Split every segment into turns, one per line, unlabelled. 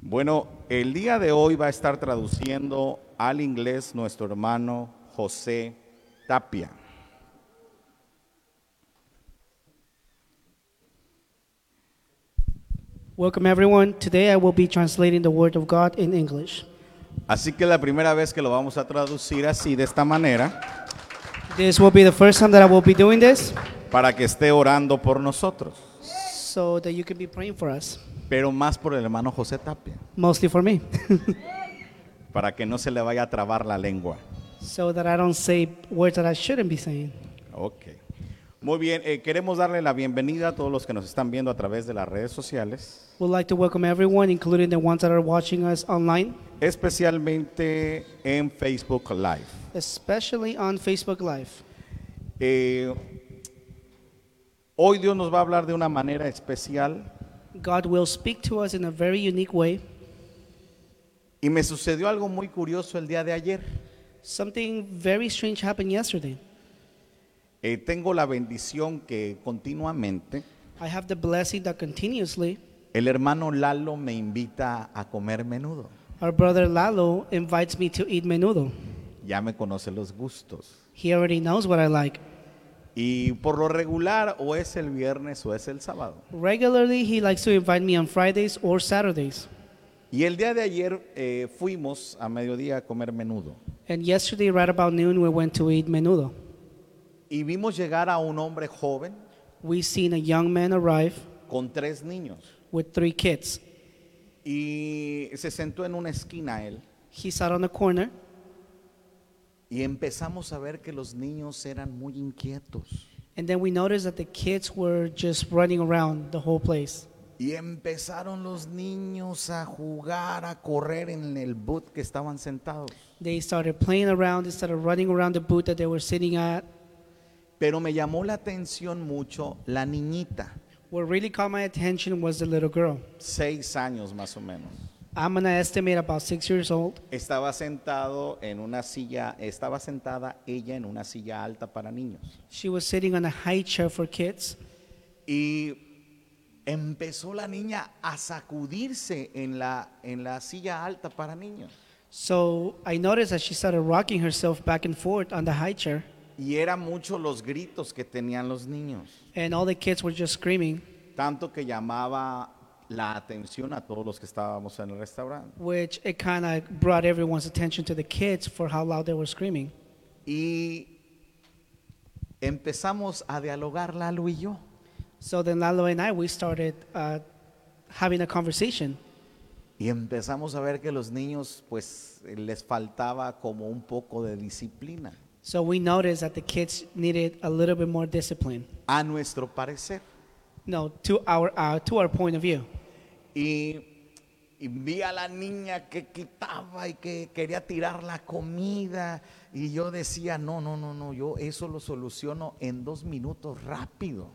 Bueno, el día de hoy va a estar traduciendo al inglés nuestro hermano José Tapia.
Welcome, everyone. Today I will be translating the Word of God in English.
Así que la primera vez que lo vamos a traducir así, de esta manera,
This will be the first time that I will be doing this,
para que esté orando por nosotros,
so that you can be praying for us,
pero más por el hermano José Tapia,
mostly for me,
para que no se le vaya a trabar la lengua.
so that I don't say words that I shouldn't be saying.
Ok. Muy bien, eh, queremos darle la bienvenida a todos los que nos están viendo a través de las redes sociales.
We'd like to welcome everyone, including the ones that are watching us online,
especialmente en Facebook Live.
especially on Facebook Live.
Eh, hoy Dios nos va a hablar de una manera especial
God will speak to us in a very unique way.
y me sucedió algo muy curioso el día de ayer.
Something very strange happened yesterday.
Eh, tengo la bendición que continuamente
I have the blessing that continuously
el hermano Lalo me invita a comer menudo.
our brother Lalo invites me to eat menudo.
Ya me conoce los gustos.
He already knows what I like.
Y por lo regular o es el viernes o es el sábado.
Regularly, he likes to invite me on Fridays or Saturdays.
Y el día de ayer eh, fuimos a mediodía a comer menudo
And yesterday, right about noon, we went to eat menudo.
y vimos llegar a un hombre joven
We seen a young man arrive
con tres niños.
with three kids.
Y se sentó en una esquina él.
He sat on the corner,
Y empezamos a ver que los niños eran muy inquietos.
and then we noticed that the kids were just running around the whole place.
Y empezaron los niños a jugar, a correr en el boot que estaban sentados.
They started playing around, they started running around the booth that they were sitting at.
Pero me llamó la atención mucho la niñita,
What really caught my attention was the little girl.
seis años más o menos.
I'm gonna estimate about six years old.
Estaba sentado en una silla, estaba sentada ella en una silla alta para niños.
She was sitting on a high chair for kids.
Y empezó la niña a sacudirse en la, en la silla alta para niños.
So I noticed that she started rocking herself back and forth on the high chair.
Y era mucho los gritos que tenían los niños,
And all the kids were just screaming,
tanto que llamaba la atención a todos los que estábamos en el restaurante.
which it kind of brought everyone's attention to the kids for how loud they were screaming.
Y empezamos a dialogar Lalo y yo.
So then Lalo and I, we started uh, having a conversation.
Y empezamos a ver que los niños pues les faltaba como un poco de disciplina,
So we noticed that the kids needed a little bit more discipline.
a nuestro parecer.
No, to our, uh, to our point of view.
Y, y vi a la niña que quitaba y que quería tirar la comida. Y yo decía, no, no, no, no, yo eso lo soluciono en dos minutos rápido.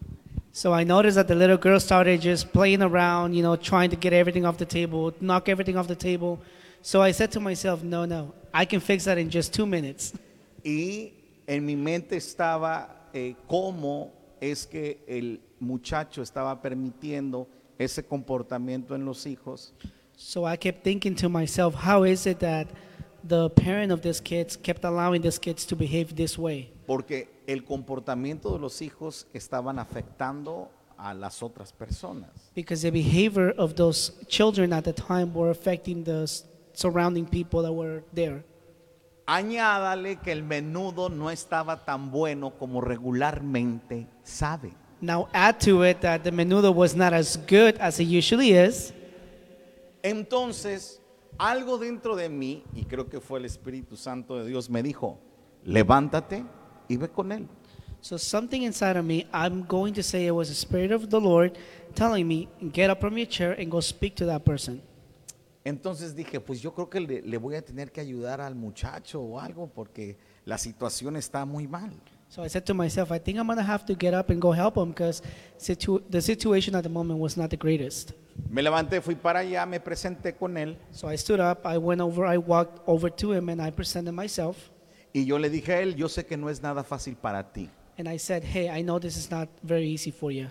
So I noticed that the little girl started just playing around, you know, trying to get everything off the table, knock everything off the table. So I said to myself, no, no, I can fix that in just two minutes.
Y en mi mente estaba eh, cómo es que el muchacho estaba permitiendo ese comportamiento en los hijos.
So I kept thinking to myself, how is it that the parent of these kids kept allowing these kids to behave this way?
Porque el comportamiento de los hijos estaban afectando a las otras personas.
Because the behavior of those children at the time were affecting the s- surrounding people that were there.
Añádale que el menudo no estaba tan bueno como regularmente sabe.
Now add to it that the menudo was not as good as it usually is.
Entonces, algo dentro de mí, y creo que fue el Espíritu Santo de Dios, me dijo, levántate y ve con él.
So something inside of me, I'm going to say it was the spirit of the Lord telling me, get up from your chair and go speak to that person.
Entonces dije, pues yo creo que le, le voy a tener que ayudar al muchacho o algo porque la situación está muy mal.
So I said to myself, I think I'm gonna have to get up and go help him because situ- the situation at the moment was not the greatest.
Me levanté, fui para allá, me presenté con él
So I stood up, I went over, I walked over to him, and I presented myself.
y yo le dije a él, yo sé que no es nada fácil para ti.
And I said, Hey, I know this is not very easy for you.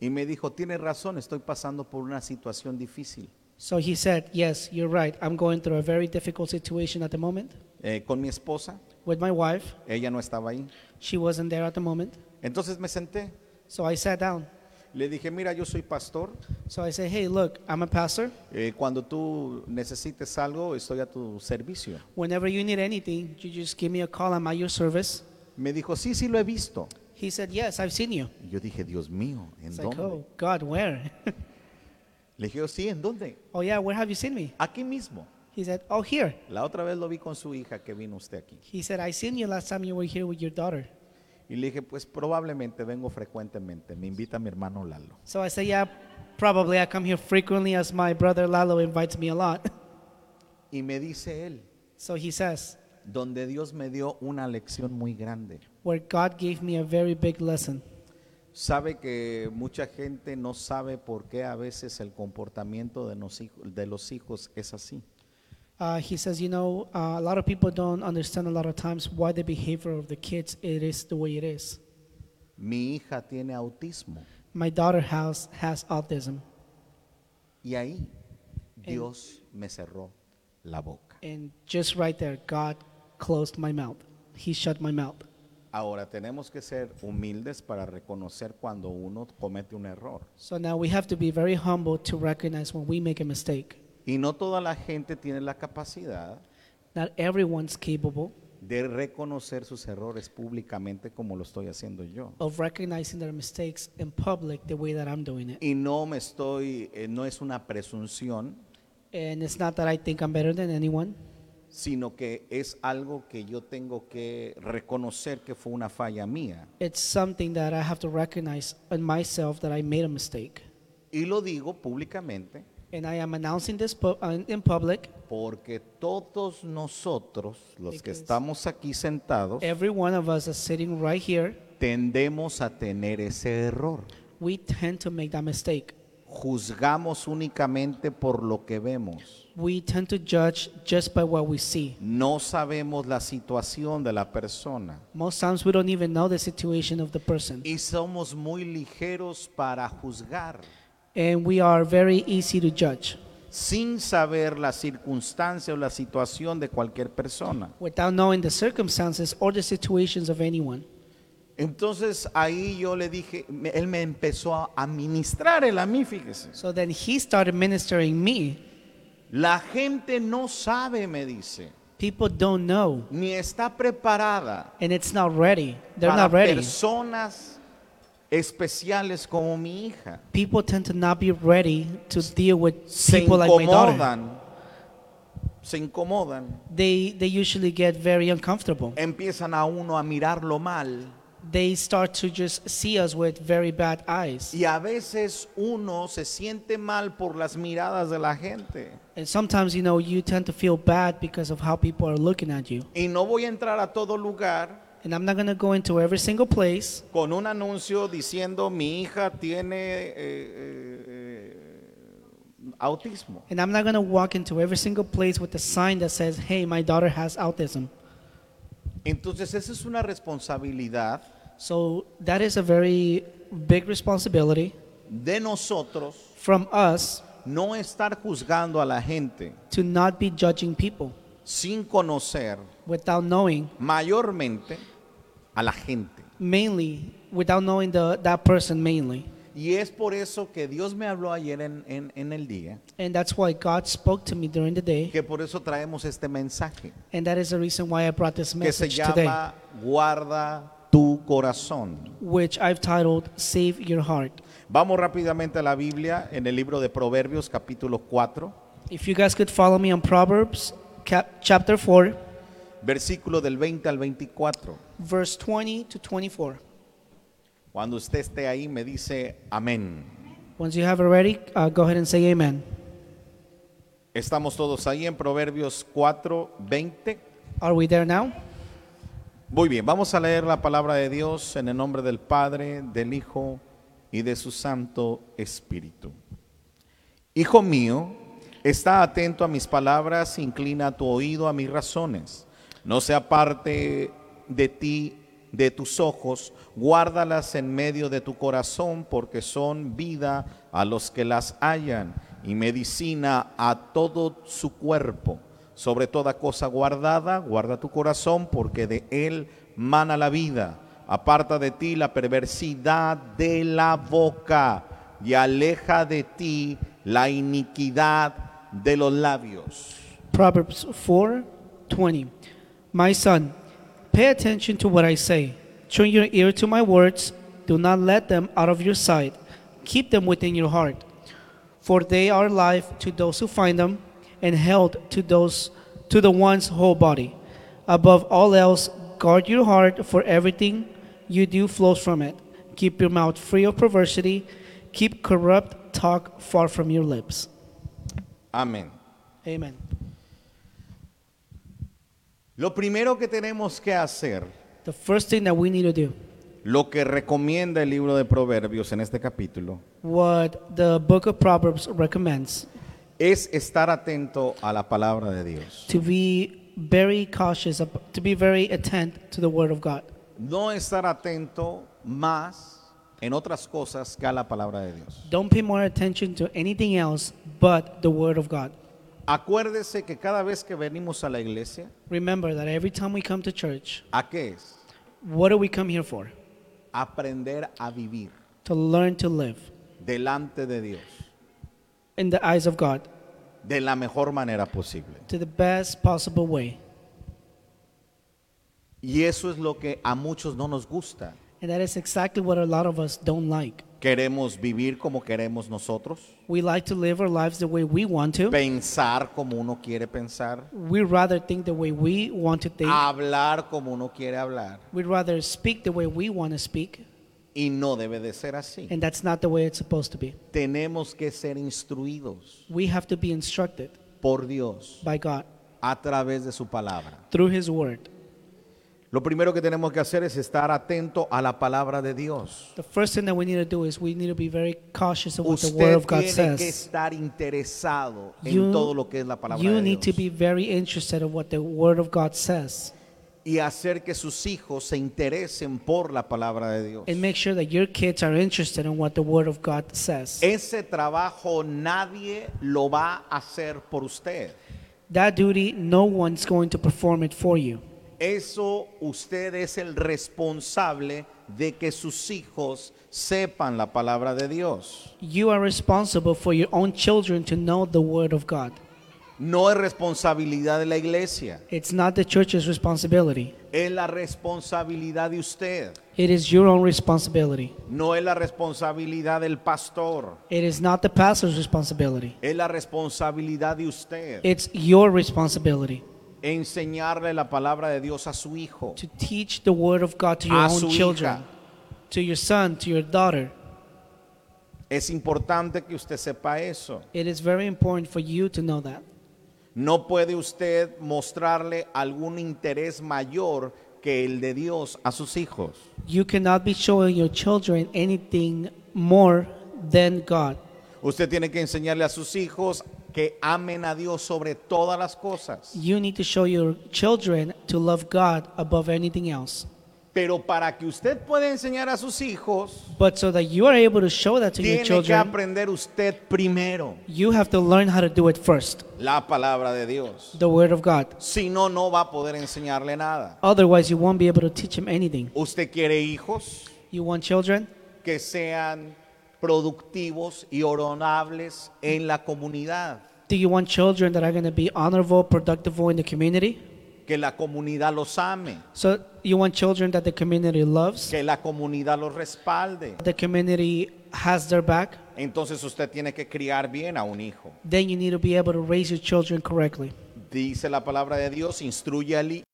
Y me dijo, tienes razón, estoy pasando por una situación difícil.
So he said, Yes, you're right. I'm going through a very difficult situation at the moment
eh, con mi esposa,
with my wife.
ella no estaba ahí.
She wasn't there at the moment.
Entonces me senté,
So I sat down.
le dije, mira, yo soy pastor,
So I said, Hey, look, I'm a pastor.
eh, cuando tú necesites algo, estoy a tu servicio.
Whenever you need anything, you just give me a call. I'm at your service.
Me dijo, sí, sí, lo he visto.
He said, Yes, I've seen you.
Y yo dije, Dios mío, ¿en
It's like,
dónde?
Oh, God, where?
Le dije, sí, ¿en dónde?
oh, yeah, where have you seen me?
Aquí mismo.
He said, Oh, here.
La otra vez lo vi con su hija que vino usted aquí.
He said, I seen you last time you were here with your daughter.
Y le dije, pues probablemente vengo frecuentemente. Me invita mi hermano Lalo.
So I said, Yeah, probably. I come here frequently as my brother Lalo invites me a lot.
Y me dice él,
so he says,
donde Dios me dio una lección muy grande.
Where God gave me a very big lesson.
Sabe que mucha gente no sabe por qué a veces el comportamiento de los hijos, de los hijos es así.
Uh, he says, you know, uh, a lot of people don't understand a lot of times why the behavior of the kids it is the way it is.
Mi hija tiene autismo
My daughter has has autism,
y ahí Dios me cerró la boca.
and just right there, God closed my mouth. He shut my mouth.
Ahora tenemos que ser humildes para reconocer cuando uno comete un error.
So now we have to be very humble to recognize when we make a mistake.
Y no toda la gente tiene la capacidad
Not everyone's capable
de reconocer sus errores públicamente como lo estoy haciendo yo.
of recognizing their mistakes in public the way that I'm doing it.
Y no me estoy, eh, no es una presunción,
And it's not that I think I'm better than anyone,
sino que es algo que yo tengo que reconocer que fue una falla mía.
it's something that I have to recognize in myself that I made a mistake.
Y lo digo públicamente
And I am announcing this pu- uh, in public.
porque todos nosotros, los que
Because-
estamos aquí sentados,
Every one of us is sitting right here.
tendemos a tener ese error.
We tend to make that mistake.
Juzgamos únicamente por lo que vemos.
We tend to judge just by what we see.
No sabemos la situación de la persona.
Most times we don't even know the situation of the person.
Y somos muy ligeros para juzgar,
And we are very easy to judge
sin saber la circunstancia o la situación de cualquier persona.
without knowing the circumstances or the situations of anyone.
Entonces ahí yo le dije, me- él me empezó a administrar él a mí, fíjese.
So then he started ministering me.
La gente no sabe, me dice,
People don't know,
ni está preparada
and it's not ready. They're
para
not ready.
personas especiales como mi hija.
People tend to not be ready to deal with
Se
people like my daughter.
incomodan, se incomodan,
They, they usually get very uncomfortable.
empiezan a uno a mirarlo mal.
they start to just see us with very bad eyes.
Y a veces uno se siente mal por las miradas de la gente.
And sometimes, you know, you tend to feel bad because of how people are looking at you.
Y no voy a entrar a todo lugar
And I'm not going to go into every single place
con un anuncio diciendo mi hija tiene eh, eh, eh, autismo.
and I'm not going to walk into every single place with a sign that says, "Hey, my daughter has autism."
Entonces esa es una responsabilidad
So, that is a very big responsibility
de nosotros
from us
no estar juzgando a la gente
to not be judging people
sin conocer
without knowing,
mayormente a la gente.
mainly without knowing the that person mainly.
Y es por eso que Dios me habló ayer en- en- en el día,
And that's why God spoke to me during the day,
que por eso traemos este mensaje.
and that is the reason why I brought this
que se
message today.
llama Guarda tu corazón.
which I've titled Save Your Heart.
Vamos rápidamente a la Biblia en el libro de Proverbios capítulo 4,
If you guys could follow me on Proverbs cap- chapter 4,
versículo del 20 al 24.
verse 20 to 24.
Cuando usted esté ahí me dice amén.
Once you have it ready, uh, go ahead and say amen.
Estamos todos ahí en Proverbios 4, 20.
Are we there now?
Muy bien, vamos a leer la palabra de Dios en el nombre del Padre, del Hijo y de su Santo Espíritu. Hijo mío, está atento a mis palabras, inclina tu oído a mis razones. No se aparte de ti, de tus ojos, guárdalas en medio de tu corazón, porque son vida a los que las hallan y medicina a todo su cuerpo. Sobre toda cosa guardada, guarda tu corazón, porque de él mana la vida. Aparta de ti la perversidad de la boca y aleja de ti la iniquidad de los labios.
Proverbs 4:20. My son, pay attention to what I say. Turn your ear to my words. Do not let them out of your sight. Keep them within your heart, for they are life to those who find them and health to those to the one's whole body. Above all else, guard your heart, for everything you do flows from it. Keep your mouth free of perversity. Keep corrupt talk far from your lips.
Amén.
Amen.
Lo primero que tenemos que hacer,
The first thing that we need to do,
lo que recomienda el libro de Proverbios en este capítulo,
what the book of Proverbs recommends,
es estar atento a la palabra de Dios.
to be very cautious, ab- to be very attent to the word of God.
No estar atento más en otras cosas que a la palabra de Dios.
Don't pay more attention to anything else but the word of God.
Acuérdese que cada vez que venimos a la iglesia,
Remember that every time we come to church,
¿a qué es?
what do we come here for?
Aprender a vivir
To learn to live
delante de Dios
in the eyes of God
de la mejor manera posible.
to the best possible way.
Y eso es lo que a muchos no nos gusta.
And that is exactly what a lot of us don't like.
Queremos vivir como queremos nosotros,
We like to live our lives the way we want to.
pensar como uno quiere pensar,
We rather think the way we want to think.
Ah. hablar como uno quiere hablar.
We'd rather speak the way we want to speak.
Y no debe de ser así.
And that's not the way it's supposed to be.
Tenemos que ser instruidos
We have to be instructed
por Dios
by God
a través de su palabra.
through His Word.
Lo primero que tenemos que hacer es estar atento a la palabra de Dios.
The first thing that we need to do is we need to be very cautious of what the
Usted
Word of God
tiene que
says.
estar interesado en
You-
todo lo que es la palabra
you
de
need to
Dios
be very interested of what the Word of God says
y hacer que sus hijos se interesen por la palabra de Dios.
and make sure that your kids are interested in what the Word of God says.
Ese trabajo nadie lo va a hacer por usted.
That duty, no one's going to perform it for you.
Eso usted es el responsable de que sus hijos sepan la palabra de Dios.
You are responsible for your own children to know the Word of God.
No es responsabilidad de la iglesia,
It's not the church's responsibility,
es la responsabilidad de usted.
it is your own responsibility.
No es la responsabilidad del pastor,
It is not the pastor's responsibility,
es la responsabilidad de usted.
it's your responsibility
Enseñarle la palabra de Dios a su hijo.
to teach the Word of God to your
A su
own
hija.
children, to your son, to your daughter.
Es importante que usted sepa eso.
It is very important for you to know that.
No puede usted mostrarle algún interés mayor que el de Dios a sus hijos.
You cannot be showing your children anything more than God.
Usted tiene que enseñarle a sus hijos que amen a Dios sobre todas las cosas.
You need to show your children to love God above anything else.
Pero para que usted pueda enseñar a sus hijos,
But so that you are able to show that to your
tiene que
children,
aprender usted primero
you have to learn how to do it first
la palabra de Dios.
the Word of God.
Si no, no va a poder enseñarle nada.
Otherwise, you won't be able to teach them anything.
Usted quiere hijos
You want children?
que sean productivos y honorables en la comunidad.
Do you want children that are going to be honorable, productive in the community?
que la comunidad los ame,
So you want children that the community loves,
que la comunidad los respalde.
the community has their back.
Entonces usted tiene que criar bien a un hijo.
Then you need to be able to raise your children correctly
Dice la palabra de Dios, instruye al hijo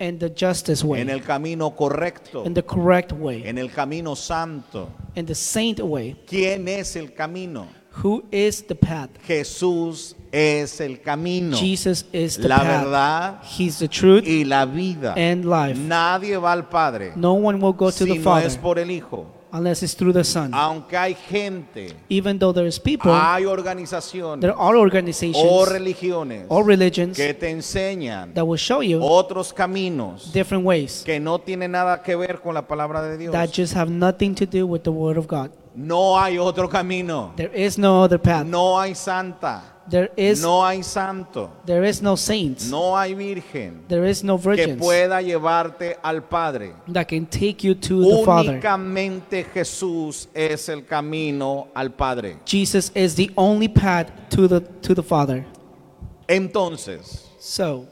in the justice
en
way,
el camino correcto,
in the correct way,
en el camino santo.
in the saint way.
¿Quién es el camino?
Who is the path?
Jesús es el camino,
Jesus is the
la
path.
verdad
He's the truth.
y la vida.
and life.
Nadie va al Padre
No one will go to
si
the
no
Father
es por Ah. el Hijo.
unless it's through the Son.
Aunque hay gente,
Even though there is people,
hay organizaciones
there are organizations
o religiones
or religions
que te enseñan
that will show you
otros caminos
different ways
que no tienen nada que ver con la palabra de Dios.
that just have nothing to do with the Word of God.
No hay otro camino.
There is no other path.
No hay santa.
There is
No hay santo.
there is no saints.
No hay virgen
There is no
que
virgins
pueda llevarte al Padre.
that can take you to the Father.
Únicamente Jesús es el camino al Padre.
Jesus is the only path to the to the Father.
Entonces,
So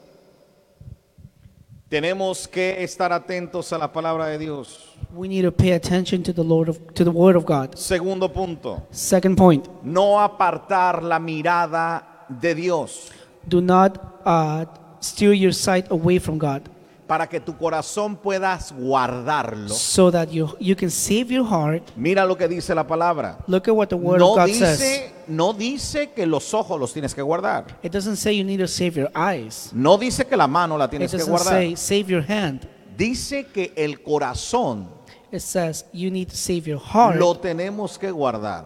tenemos que estar atentos a la palabra de Dios.
we need to pay attention to the Lord of to the Word of God.
Segundo punto,
Second point:
no apartar la mirada de Dios
Do not uh, steer your sight away from God,
para que tu corazón puedas guardarlo.
so that you you can save your heart.
Mira lo que dice la palabra.
Look at what the Word
No
of God says.
dice, no dice que los ojos los tienes que guardar.
It doesn't say you need to save your eyes.
No dice que la mano la
It
tienes que
doesn't
guardar.
say save your hand.
Dice que el corazón
It says you need to save your heart.
lo tenemos que guardar.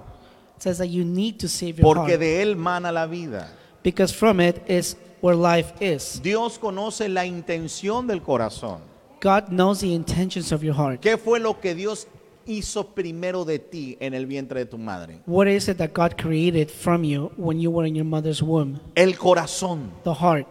It says that you need to save your
Porque
heart
de él mana la vida.
because from it is where life is.
Dios conoce la intención del corazón.
God knows the intentions of your heart.
¿Qué fue lo que Dios hizo primero de ti en el vientre de tu madre?
What is it that God created from you when you were in your mother's womb?
El corazón.
The heart.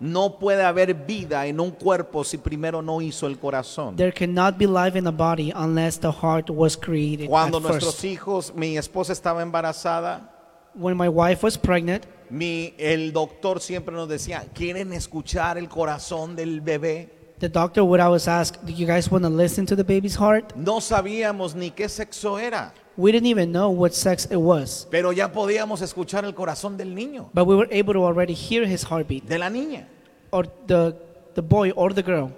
No puede haber vida en un cuerpo si primero no hizo el corazón.
There cannot be life in a body unless the heart was created
Cuando
at first.
nuestros hijos, mi esposa estaba embarazada,
When my wife was pregnant,
Mi, el doctor siempre nos decía, ¿quieren escuchar el corazón del bebé?
the doctor would always ask, "Do you guys want to listen to the baby's heart?"
No sabíamos ni qué sexo era,
We didn't even know what sex it was,
pero ya podíamos escuchar el corazón del niño,
but we were able to already hear his heartbeat,
de la niña.
or the the boy or the girl.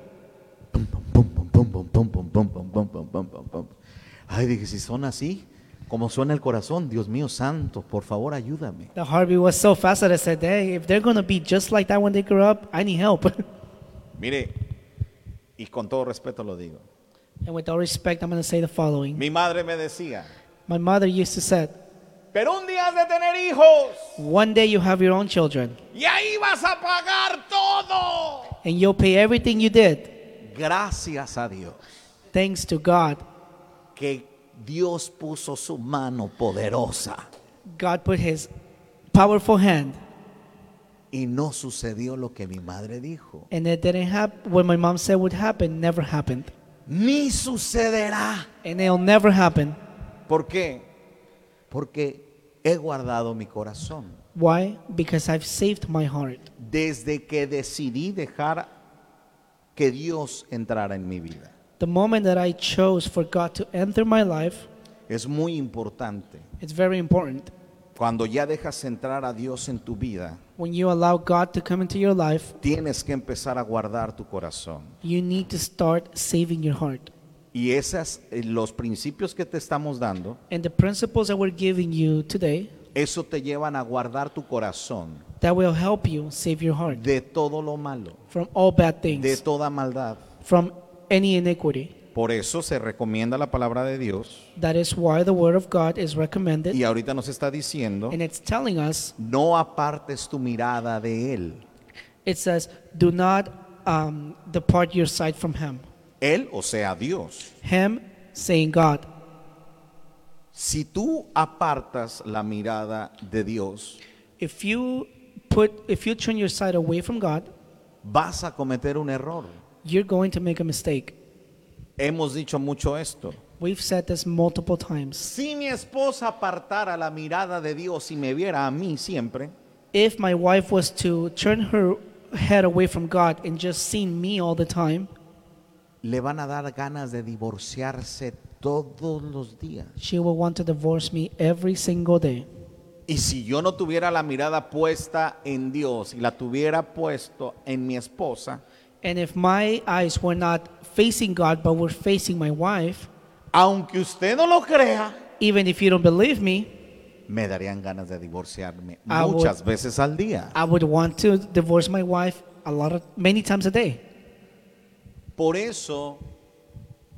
Pum, pum, pum, pum, pum, pum, pum, pum, pum, pum, pum, pum, pum, pum. Ay, dije, si son así, como suena el corazón, Dios mío santo, por favor ayúdame.
The heartbeat was so fast that I said, "Hey, if they're gonna be just like that when they grow up, I need help."
Mire, y con todo respeto lo digo.
and with all respect, I'm gonna say the following:
Mi madre me decía,
My mother used to said,
pero un día has de tener hijos
"One day you have your own children,
y ahí vas a pagar todo.
and you'll pay everything you did."
Gracias a Dios
Thanks to God,
que Dios puso su mano poderosa
God put His powerful hand,
y no sucedió lo que mi madre dijo.
and it didn't happen. What my mom said would happen never happened,
Ni sucederá.
and it'll never happen.
¿Por qué? Porque he guardado mi corazón.
Why? Because I've saved my heart.
Desde que decidí dejar que Dios entrara en mi vida.
The moment that I chose for God to enter my life,
Es muy importante.
it's very important.
Cuando ya dejas entrar a Dios en tu vida,
When you allow God to come into your life,
tienes que empezar a guardar tu corazón.
you need to start saving your heart.
Y esos los principios que te estamos dando
And the principles that we're giving you today
Eso te llevan a guardar tu corazón
that will help you save your heart
de todo lo malo,
from all bad
de
things,
toda maldad.
from any iniquity.
Por eso se recomienda la palabra de Dios.
That is why the word of God is recommended
Y ahorita nos está diciendo,
and it's telling us
no apartes tu mirada de Él.
it says do not um, depart your sight from him.
Él, o sea, Dios.
Him saying God.
Si tú apartas la mirada de Dios,
If you put if you turn your sight away from God,
vas a cometer un error.
you're going to make a mistake.
Hemos dicho mucho esto.
We've said this multiple times.
Si mi esposa apartara la mirada de Dios y me viera a mí siempre,
If my wife was to turn her head away from God and just see me all the time,
le van a dar ganas de divorciarse todos los días.
she will want to divorce me every single day.
Y si yo no tuviera la mirada puesta en Dios y la tuviera puesto en mi esposa,
And if my eyes were not facing God but were facing my wife,
aunque usted no lo crea,
even if you don't believe me,
me darían ganas de divorciarme
I would-
muchas veces al día.
I would want to divorce my wife a lot of many times a day.
Por eso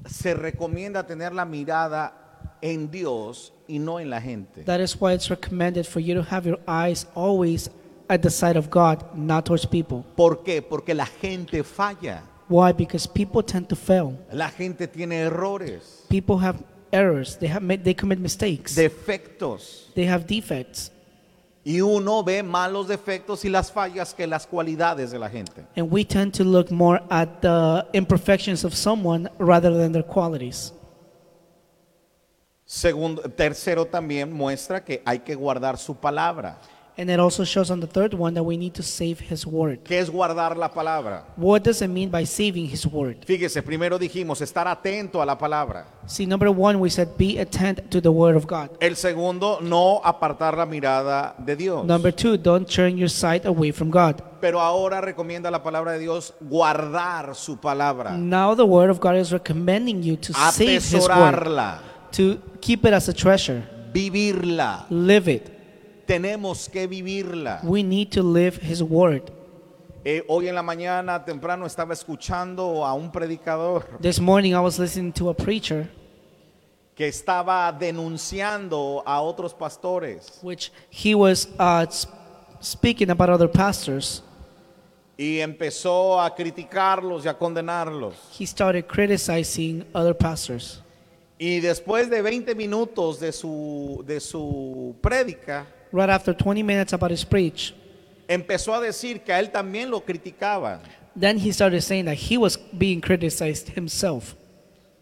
se recomienda tener la mirada en Dios y no en la gente.
That is why it's recommended for you to have your eyes always at the side of God, not towards people.
¿Por qué? Porque la gente falla,
Why? Because people tend to fail.
la gente tiene errores,
People have errors. They have made, they commit mistakes.
defectos.
they have defects,
Y uno ve más los defectos y las fallas que las cualidades de la gente.
and we tend to look more at the imperfections of someone rather than their qualities.
Segundo, tercero también muestra que hay que guardar su palabra.
And it also shows on the third one that we need to save His word.
¿Qué es guardar la palabra?
What does it mean by saving His word?
Fíjese, primero dijimos estar atento a la palabra.
See, number one, we said be attentive to the word of God.
El segundo, no apartar la mirada de Dios.
Number two, don't turn your sight away from God.
Pero ahora recomienda la palabra de Dios guardar su palabra,
Now the word of God is recommending you to save His word,
atesorarla,
to keep it as a treasure,
vivirla.
live it.
Tenemos que vivirla.
We need to live His word.
Eh, hoy en la mañana temprano estaba escuchando a un predicador
This morning I was listening to a preacher
que estaba denunciando a otros pastores
which he was uh, s- speaking about other pastors.
y empezó a criticarlos y a condenarlos.
He started criticizing other pastors.
Y después de 20 minutos de su, de su prédica,
Right after 20 minutes about his preach,
empezó a decir que a él también lo criticaban.
then he started saying that he was being criticized himself.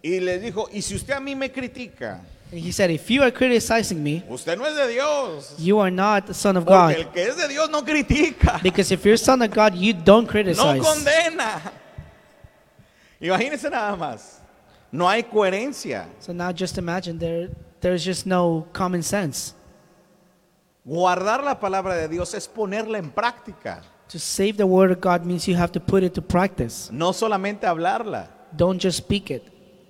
Y les dijo, y si usted a mí me critica,
And he said, If you are criticizing me,
usted no es de Dios.
you are not the son of
Porque
God.
el que es de Dios no critica,
Because if you're son of God, you don't
no
criticize.
condena. Imagínense nada más. No hay coherencia.
So now just imagine there, there's just no common sense.
Guardar la palabra de Dios es ponerla en práctica,
To save the word of God means you have to put it to practice.
no solamente hablarla.
Don't just speak it.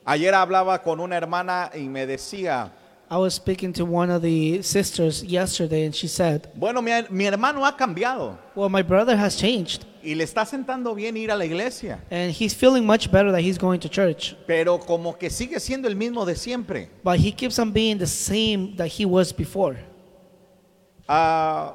Ayer hablaba con una hermana y me decía,
I was speaking to one of the sisters yesterday, and she said,
bueno, mi, mi hermano ha cambiado
Well, my brother has changed,
y le está sentando bien ir a la iglesia,
and he's feeling much better that he's going to church.
pero como que sigue siendo el mismo de siempre.
But he keeps on being the same that he was before.
Ah,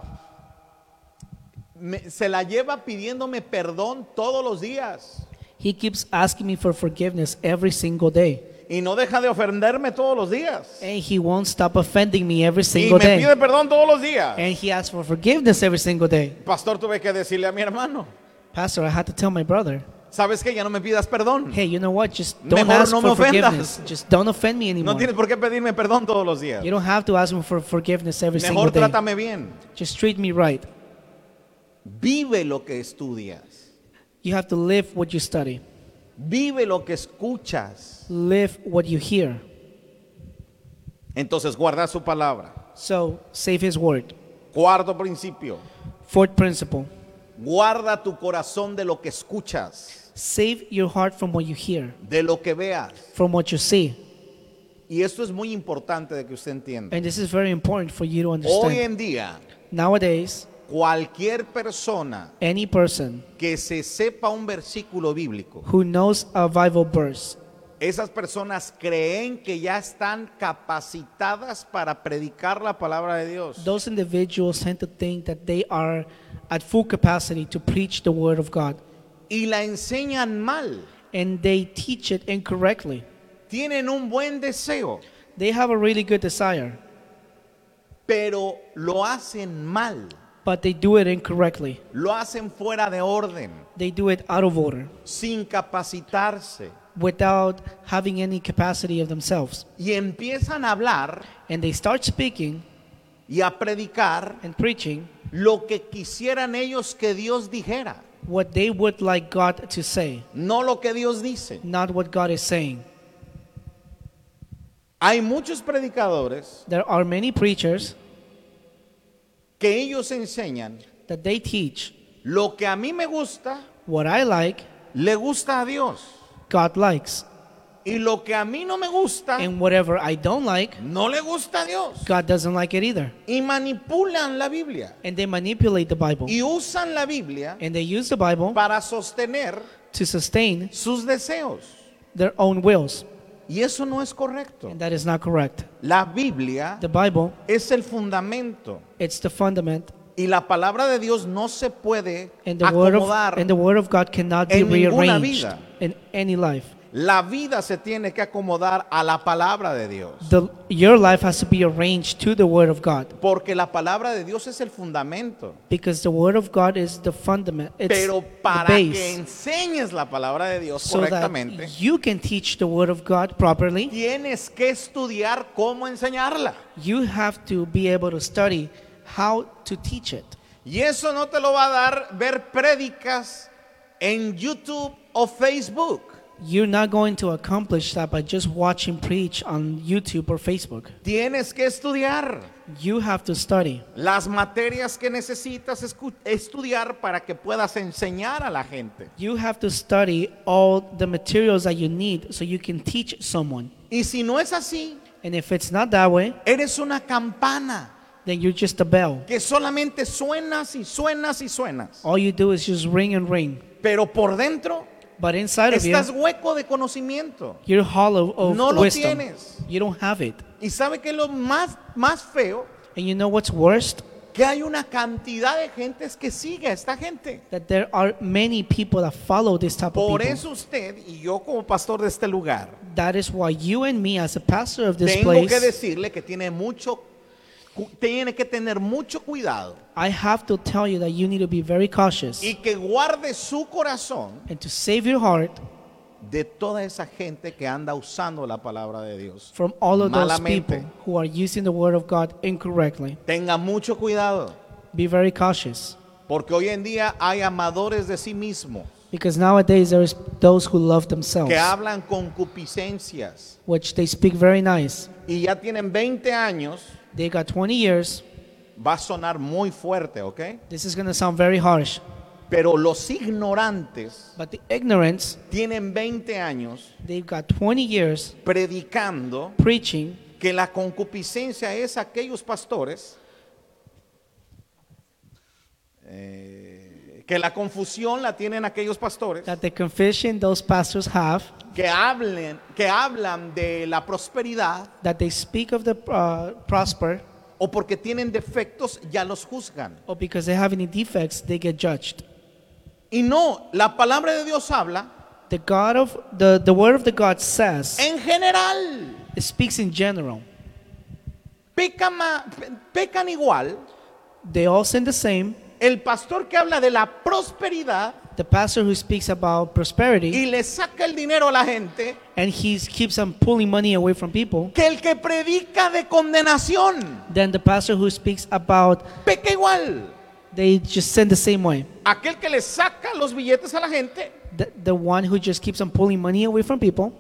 me- se la lleva pidiéndome perdón todos los días
He keeps asking me for forgiveness every single day,
y no deja de ofenderme todos los días.
and he won't stop offending me every
Y
single
me
day.
pide perdón todos los días.
And he asks for forgiveness every single day.
Pastor, tuve que decirle a mi hermano,
Pastor, I had to tell my brother,
¿sabes que Ya no me pidas perdón.
Hey, you know what? Just don't
Mejor
ask
no me
for forgiveness.
ofendas.
Just don't offend me
No
anymore.
tienes por qué pedirme perdón todos los días.
You don't have to ask me for forgiveness every single
Mejor
day.
trátame bien.
Just treat me right.
Vive lo que estudias.
You have to live what you study,
Vive lo que escuchas.
live what you hear.
Entonces, guarda su palabra.
So, save his word.
Cuarto principio.
Fourth principle
Guarda tu corazón de lo que escuchas,
save your heart from what you hear,
de lo que veas.
from what you see.
Y esto es muy importante de que usted entienda.
And this is very important for you to
Hoy
understand.
en día,
Nowadays,
cualquier persona
any person
que se sepa un versículo bíblico,
who knows a Bible verse,
esas personas creen que ya están capacitadas para predicar la palabra de Dios.
those individuals tend to think that they are at full capacity to preach the word of God.
Y la enseñan mal.
And they teach it incorrectly.
Tienen un buen deseo,
They have a really good desire,
pero lo hacen mal.
but they do it incorrectly.
Lo hacen fuera de orden,
They do it out of order.
sin capacitarse.
without having any capacity of themselves.
Y empiezan a hablar
And they start speaking
y a predicar
and preaching
lo que quisieran ellos que Dios dijera,
what they would like God to say,
no lo que Dios dice.
not what God is saying.
Hay muchos predicadores
There are many preachers
que ellos enseñan
that they teach
lo que a mí me gusta,
what I like,
le gusta a Dios
God likes.
Y lo que a mí no me gusta,
And whatever I don't like,
no le gusta a Dios.
God doesn't like it either.
Y manipulan la Biblia.
And they manipulate the Bible.
Y usan la Biblia
And they use the Bible
para sostener
to sustain
sus deseos.
their own wills.
Y eso no es correcto.
And that is not correct.
La Biblia
The Bible,
es el fundamento.
it's the fundament.
Y la palabra de Dios no se puede
And the, word of,
acomodar.
and the word of God cannot be
en ninguna
rearranged
vida.
in any life.
La vida se tiene que acomodar a la palabra de Dios.
The, your life has to be arranged to the word of God.
Porque la palabra de Dios es el fundamento.
Because the word of God is the fundament. It's
Pero
the
para que
base.
enseñes la palabra de Dios
So
correctamente,
that you can teach the word of God properly,
tienes que estudiar cómo enseñarla.
you have to be able to study how to teach it.
Y eso no te lo va a dar ver prédicas en YouTube o Facebook.
You're not going to accomplish that by just watching preach on YouTube or Facebook.
Tienes que estudiar
You have to study
las materias que necesitas escu- estudiar para que puedas enseñar a la gente.
You have to study all the materials that you need so you can teach someone.
Y si no es así,
And if it's not that way,
eres una campana
then you're just a bell.
que solamente suenas y suenas y suenas.
All you do is just ring and ring.
Pero por dentro
But inside of you,
estás hueco de conocimiento.
you're hollow of
No lo
wisdom.
tienes.
You don't have it.
Y sabe que lo más, más feo,
And you know what's worst?
que hay una cantidad de gentes que sigue a esta gente.
That there are many people that follow this type
Por
of people.
eso usted y yo como pastor de este lugar,
that is why you and me, as a pastor of this
tengo
place,
que decirle que tiene mucho, cu- tiene que tener mucho cuidado
I have to tell you that you need to be very cautious
y que guarde su corazón
and to save your heart
de toda esa gente que anda usando la palabra de Dios.
from all of those
Malamente.
people who are using the word of God incorrectly.
Tenga mucho cuidado,
Be very cautious
porque hoy en día hay amadores de sí mismos
because nowadays there's those who love themselves,
que hablan concupiscencias
which they speak very nice.
y ya tienen 20 años,
They got 20 years.
va a sonar muy fuerte, ¿ok?
This is going to sound very harsh,
Pero los ignorantes
but the ignorance,
tienen 20 años
they've got 20 years
predicando
preaching
que la concupiscencia es aquellos pastores, eh, que la confusión la tienen aquellos pastores
that the confession those pastors have
que, hablen, que hablan de la prosperidad
that they speak of the uh, prosper
o porque tienen defectos ya los juzgan.
or because they have any defects, they get judged.
Y no, la palabra de Dios habla
The God of the, the word of the God says
en general.
it speaks in general.
Peca ma- pe- pecan igual
They all sin the same.
el pastor que habla de la prosperidad
The pastor who speaks about prosperity
y le saca el dinero a la gente
and he keeps on pulling money away from people,
que el que predica de condenación.
then the pastor who speaks about
Peca igual.
they just send the same way.
Aquel que le saca los billetes a la gente,
The, the one who just keeps on pulling money away from people,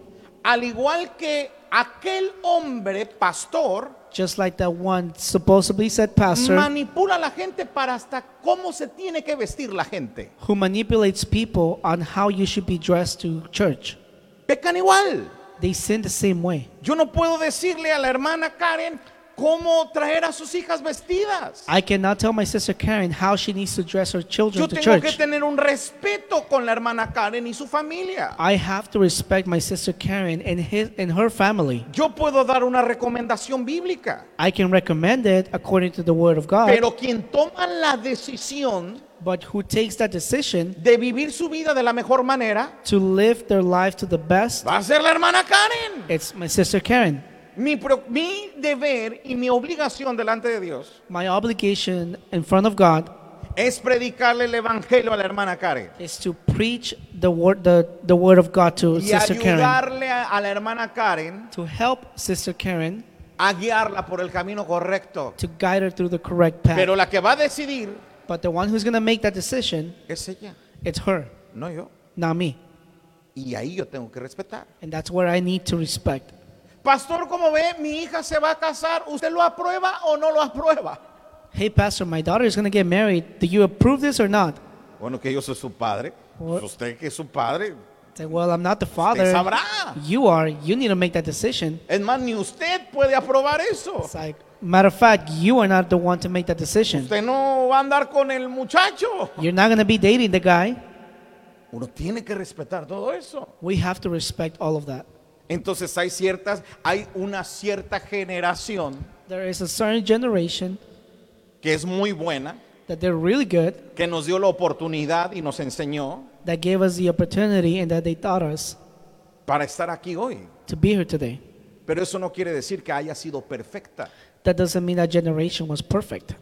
al igual que aquel hombre pastor
just like that one supposedly said pastor
manipula a la gente para hasta cómo se tiene que vestir la gente.
who manipulates people on how you should be dressed to church.
Pecan igual.
They sin the same way.
Yo no puedo decirle a la hermana Karen cómo traer a sus hijas vestidas.
I cannot tell my sister Karen how she needs to dress her children
Yo
to
tengo que
church.
tener un respeto con la hermana Karen y su familia.
I have to respect my sister Karen and his and her family.
Yo puedo dar una recomendación bíblica,
I can recommend it according to the word of God,
pero quien toma la decisión
but who takes that decision
de vivir su vida de la mejor manera
to live their life to the best.
va a ser la hermana Karen.
It's my sister Karen.
Mi, pro- mi deber y mi obligación delante de Dios
My obligation in front of God
es predicarle el evangelio a la hermana Karen
is to preach the word, the, the word of God to
y
Oh, Sister Karen,
ayudarle a, a la hermana Karen
to help Sister Karen
a guiarla por el camino correcto.
to guide her through the correct path.
Pero la que va a decidir
but the one who's gonna make that decision,
es ella,
it's her,
no yo.
not me,
Y ahí yo tengo que respetar.
and that's where I need to respect.
Pastor, como ve, mi hija se va a casar. ¿Usted lo aprueba o no lo aprueba?
Hey, pastor, my daughter is gonna get married. Do you approve this or not?
Bueno, que yo soy su padre.
What?
Usted que es su padre,
Say, well, I'm not the
Usted
father.
sabrá.
You are. You need to make that decision.
Es más, ni usted puede aprobar eso.
It's like, matter of fact, you are not the one to make that decision.
Usted no va a andar con el muchacho.
You're not going to be dating the guy.
Uno tiene que respetar todo eso.
We have to respect all of that.
Entonces hay ciertas, hay una cierta generación
There is a certain generation
que es muy buena,
that they're really good,
que nos dio la oportunidad y nos enseñó
that gave us the opportunity and that they taught us
para estar aquí hoy.
to be here today.
Pero eso no quiere decir que haya sido perfecta.
That doesn't mean that generation was perfect.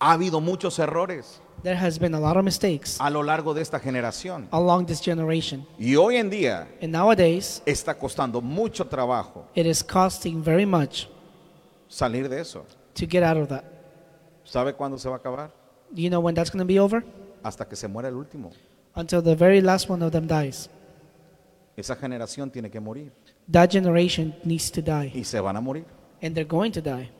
Ha habido muchos errores
There has been a lot of mistakes
a lo largo de esta generación.
along this generation.
Y hoy en día
And nowadays,
está costando mucho trabajo
it is costing very much
salir de eso.
to get out of that.
¿Sabe cuándo se va a acabar?
Do you know when that's going to be over?
Hasta que se muera el último.
Until the very last one of them dies.
Esa generación tiene que morir.
That generation needs to die,
Y se van a morir.
and they're going to die.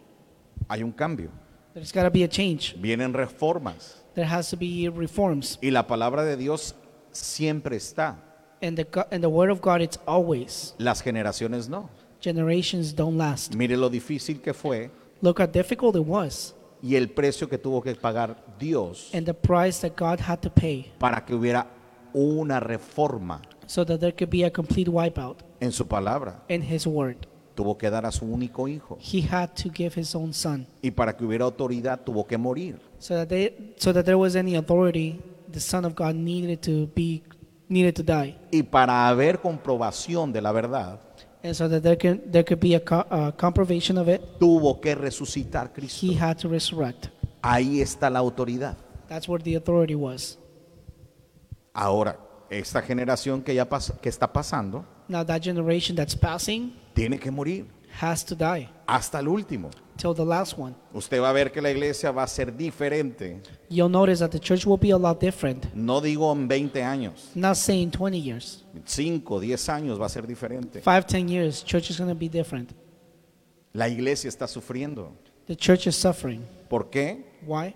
Hay un cambio.
There's got to be a change.
Vienen reformas.
There has to be reforms,
Y la palabra de Dios siempre está.
and the go- and the word of God it's always
Las generaciones no.
generations don't last.
Mire lo difícil que fue
Look how difficult it was,
y el precio que tuvo que pagar Dios
and the price that God had to pay
para que hubiera una reforma
so that there could be a complete wipeout
en su palabra.
in His word.
Tuvo que dar a su único hijo.
He had to give His own Son
Y para que hubiera autoridad tuvo que morir.
so that they so that there was any authority. The Son of God needed to be needed to die.
Y para haber comprobación de la verdad,
and so that there can there could be a, co- a comprovisation of it
tuvo que resucitar
he
Cristo.
had to resurrect
Ahí está la autoridad.
that's where the authority was
Ahora, esta generación que ya pas- que está pasando,
now that generation that's passing
tiene que morir
has to die
hasta el último.
till the last one
Usted va a ver que la iglesia va a ser diferente.
you'll notice that the church will be a lot different
No digo en 20 años,
I'm not saying 20 years
5, 10 años va a ser diferente.
5 10 years church is going to be different
La iglesia está sufriendo.
the church is suffering
¿Por qué?
why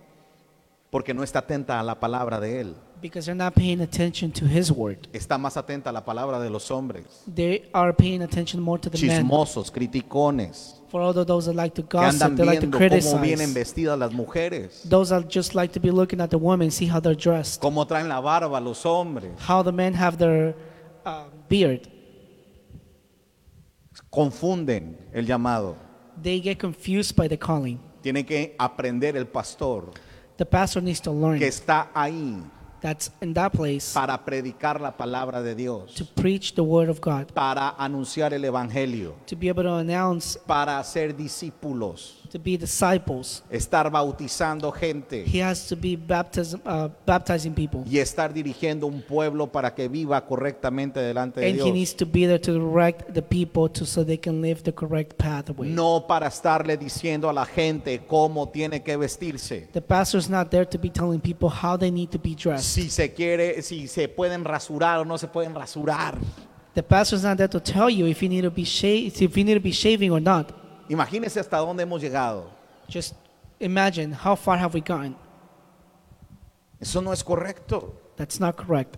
Porque no está atenta a la palabra de Él.
because they're not paying attention to his word
Está más atenta a la palabra de los hombres.
they are paying attention more to the men
Chismosos, criticones,
for all of those that like to
que
gossip
andan
they like to
viendo cómo vienen
criticize
vestidas las mujeres,
those that just like to be looking at the women see how they're dressed
cómo traen la barba los hombres.
how the men have their uh, beard.
Confunden el llamado.
They get confused by the calling.
Tiene que aprender el pastor
The pastor needs to learn
que está ahí
that's in that place
para predicar la palabra de Dios.
to preach the word of God,
para anunciar el Evangelio,
to be able to announce,
para hacer discípulos,
to be disciples.
estar bautizando gente
He has to be baptism, uh, baptizing people,
y estar dirigiendo un pueblo para que viva correctamente delante de
and he
Dios.
needs to be there to direct the people to so they can live the correct pathway.
No para estarle diciendo a la gente cómo tiene que vestirse.
The pastor's not there to be telling people how they need to be dressed.
Si se quiere, si se pueden rasurar o no se pueden rasurar.
The pastor's not there to tell you if you need to be shaved, if you need to be shaving or not.
Imagínense hasta dónde hemos llegado.
Just imagine how far have we gotten?
Eso no es correcto.
That's not correct.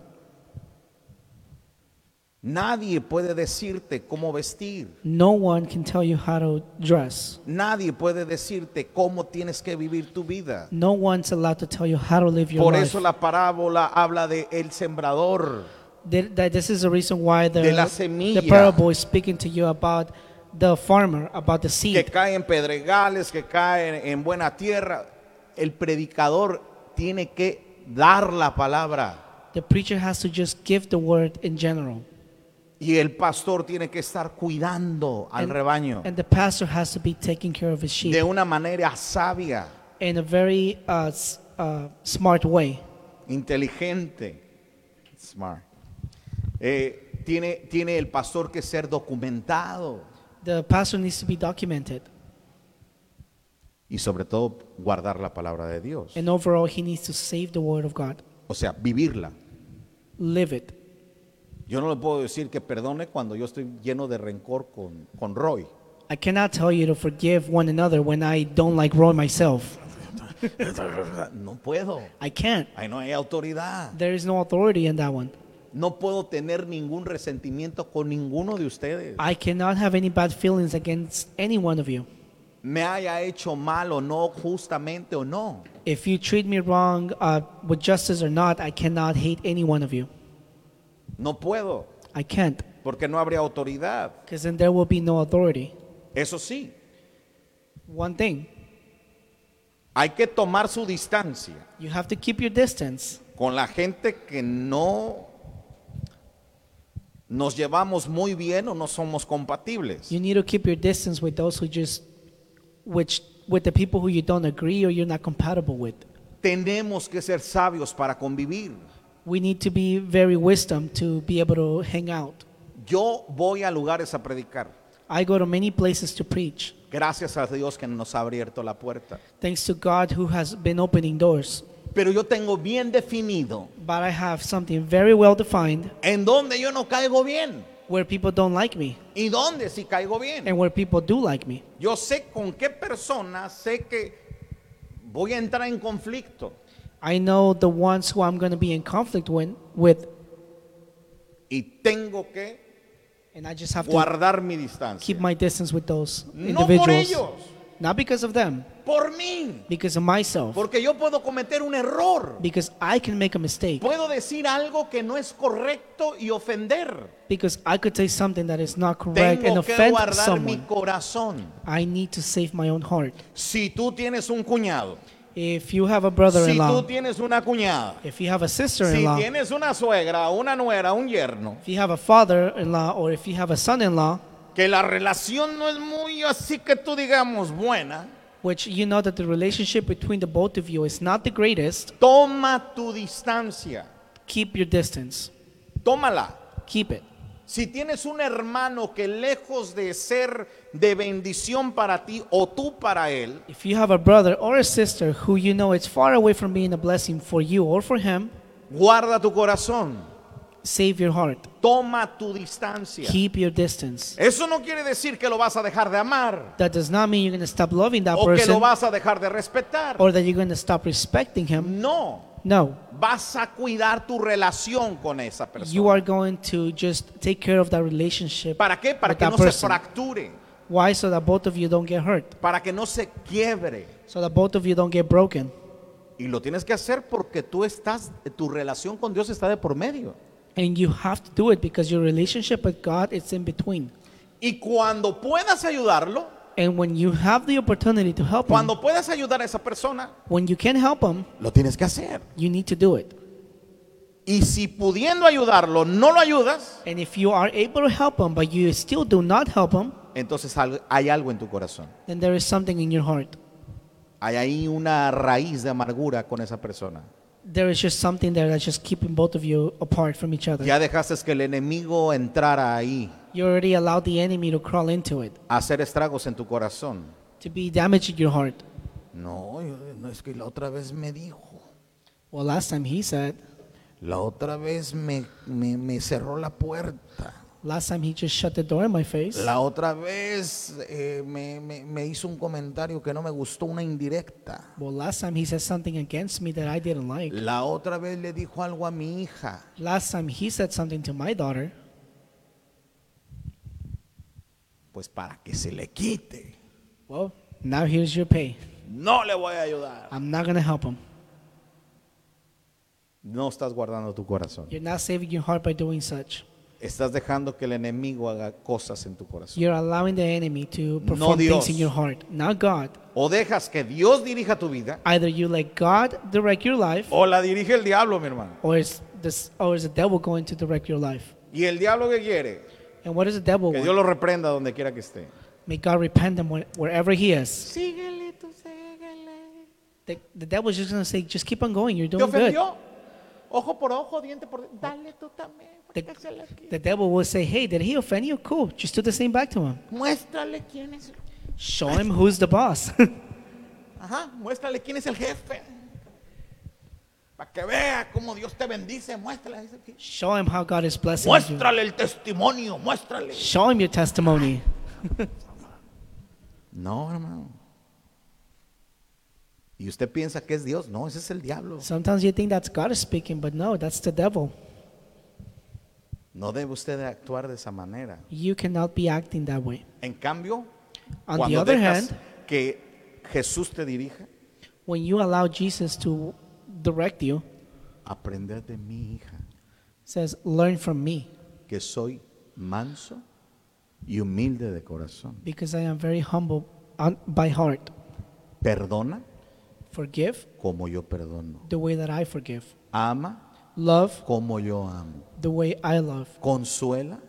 Nadie puede decirte cómo vestir.
No one can tell you how to dress.
Nadie puede decirte cómo tienes que vivir tu vida.
No one's allowed to tell you how to live your
Por
life.
eso la parábola habla de el sembrador.
Th- that this is the reason why the,
De la semilla.
the parable is speaking to you about the farmer, about the
Que
seed.
cae en pedregales, que cae en buena tierra. El predicador tiene que dar la palabra.
The preacher has to just give the word in general.
Y el pastor tiene que estar cuidando al
And-
rebaño
And the pastor has to be taking care of his sheep
de una manera sabia,
in a very uh, s- uh, smart way.
inteligente. Smart. Eh, tiene, tiene el pastor que ser documentado
The pastor needs to be documented.
y sobre todo guardar la palabra de Dios.
And overall, he needs to save the word of God,
O sea, vivirla.
live it.
Yo no le puedo decir que perdone cuando yo estoy lleno de rencor con, con Roy.
I cannot tell you to forgive one another when I don't like Roy myself.
No puedo.
I can't.
Ahí no hay autoridad.
There is no authority in that one.
No puedo tener ningún resentimiento con ninguno de ustedes.
I cannot have any bad feelings against any one of you.
Me haya hecho mal o no, justamente o no.
If you treat me wrong uh, with justice or not, I cannot hate any one of you.
No puedo,
I can't,
porque no habría autoridad.
because then there will be no authority.
Eso sí,
One thing,
hay que tomar su distancia
you have to keep your distance
con la gente que no nos llevamos muy bien o no somos compatibles.
You need to keep your distance with those who just, which, with the people who you don't agree or you're not compatible with.
Tenemos que ser sabios para convivir.
We need to be very wisdom to be able to hang out.
Yo voy a lugares a predicar.
I go to many places to preach,
Gracias a Dios que nos ha abierto la puerta.
thanks to God who has been opening doors.
Pero yo tengo bien definido
But I have something very well defined
en dónde yo no caigo bien
where people don't like me
y dónde sí caigo bien.
and where people do like me.
Yo sé con qué persona sé que voy a entrar en conflicto
I know the ones who I'm going to be in conflict with, with
y tengo que
and I just have to
guardar mi
keep
distancia.
my distance with those
No por
individuals.
ellos,
Not because of them,
por mí.
because of myself.
Porque yo puedo cometer un error.
Because I can make a mistake.
Puedo decir algo que no es correcto y ofender.
Because I could say something that is not correct and
Tengo que
offend
guardar mi
someone.
corazón.
I need to save my own heart.
Si tú tienes un cuñado,
If you have
si
a
tú
brother-in-law,
tienes una cuñada,
if you have a
si
sister-in-law,
tienes una suegra, una nuera, un yerno,
if you have a father-in-law, or if you have a son-in-law,
que la relación no es muy así que tú digamos buena,
which you know that the relationship between the both of you is not the greatest,
toma tu distancia,
keep your distance.
tómala.
Keep it.
Si tienes un hermano que lejos de ser de bendición para ti o tú para él,
If you have a brother or a sister who you know is far away from being a blessing for you or for him,
guarda tu corazón,
save your heart.
toma tu distancia.
Keep your distance.
Eso no quiere decir que lo vas a dejar de amar
That does not mean you're going to stop loving that
o que lo
person
vas a dejar de respetar.
or that you're going to stop respecting him.
No,
No.
vas a cuidar tu relación con esa
You
persona.
are going to just take care of that relationship.
¿Para qué? Para
with
que
that
no se
person.
fracture,
Why? So that both of you don't get hurt.
para que no se quiebre.
So that both of you don't get broken.
Y lo tienes que hacer porque tú estás, tu relación con Dios está de por medio.
And you have to do it because your relationship with God is in between.
Y cuando puedas ayudarlo,
And when you have the opportunity to help him,
cuando puedas ayudar a esa persona,
when you can help him,
lo tienes que hacer.
you need to do it.
Y si pudiendo ayudarlo no lo ayudas,
And if you are able to help him, but you still do not help him,
entonces al- hay algo en tu corazón.
then there is something in your heart.
Hay ahí una raíz de amargura con esa persona.
There is just something there that's just keeping both of you apart from each other.
Ya dejaste que el enemigo entrara ahí,
You already allowed the enemy to crawl into it,
a hacer estragos en tu corazón.
to be damaging your heart.
No, yo- no es que la otra vez me dijo.
Well, last time he said,
La otra vez me, me- me cerró la puerta.
last time he just shut the door in my face.
La otra vez eh, me, me- me hizo un comentario que no me gustó, una indirecta.
Well, last time he said something against me that I didn't like.
La otra vez le dijo algo a mi hija.
Last time he said something to my daughter.
Pues para que se le quite.
Well, now here's your pay.
No le voy a ayudar.
I'm not going to help him.
No estás guardando tu corazón.
You're not saving your heart by doing such.
Estás dejando que el enemigo haga cosas en tu corazón.
You're allowing the enemy to
No
perform
Dios.
things in your heart, not God.
O dejas que Dios dirija tu vida,
Either you let God direct your life,
o la dirige el diablo, mi hermano.
or is this, or is the devil going to direct your life?
¿Y el diablo qué quiere?
And what does the devil
Que
want?
Dios lo reprenda donde quiera que esté.
May God repent him where- wherever he is.
Síguele, tú síguele.
The, the devil's just going to say, just keep on going. You're
Te
doing good.
ofendió. Ojo por ojo, diente por diente. Dale tú también. para
The-
que se le quite.
The devil will say, hey, did he offend you? Cool. Just do the same back to him.
Muéstrale quién es.
Show him who's the boss.
Ajá, muéstrale quién es el jefe. Para que vea cómo Dios te bendice. Muéstrale.
Show him how God is blessing you.
Muéstrale el testimonio. Muéstrale.
Show him your testimony.
No, hermano. Y usted piensa que es Dios. No, ese es el diablo.
Sometimes you think that's God is speaking, but no, that's the devil.
No debe usted de actuar de esa manera.
You cannot be acting that way.
En cambio,
On the
cuando
other
dejas
hand-
que Jesús te dirija,
When you allow Jesus to direct you,
aprender de mi hija,
says, "Learn from me,
que soy manso y humilde de corazón.
because I am very humble on, by heart.
Perdona
Forgive
como yo perdono.
the way that I forgive.
Ama
Love
como yo amo.
the way I love,
Consuela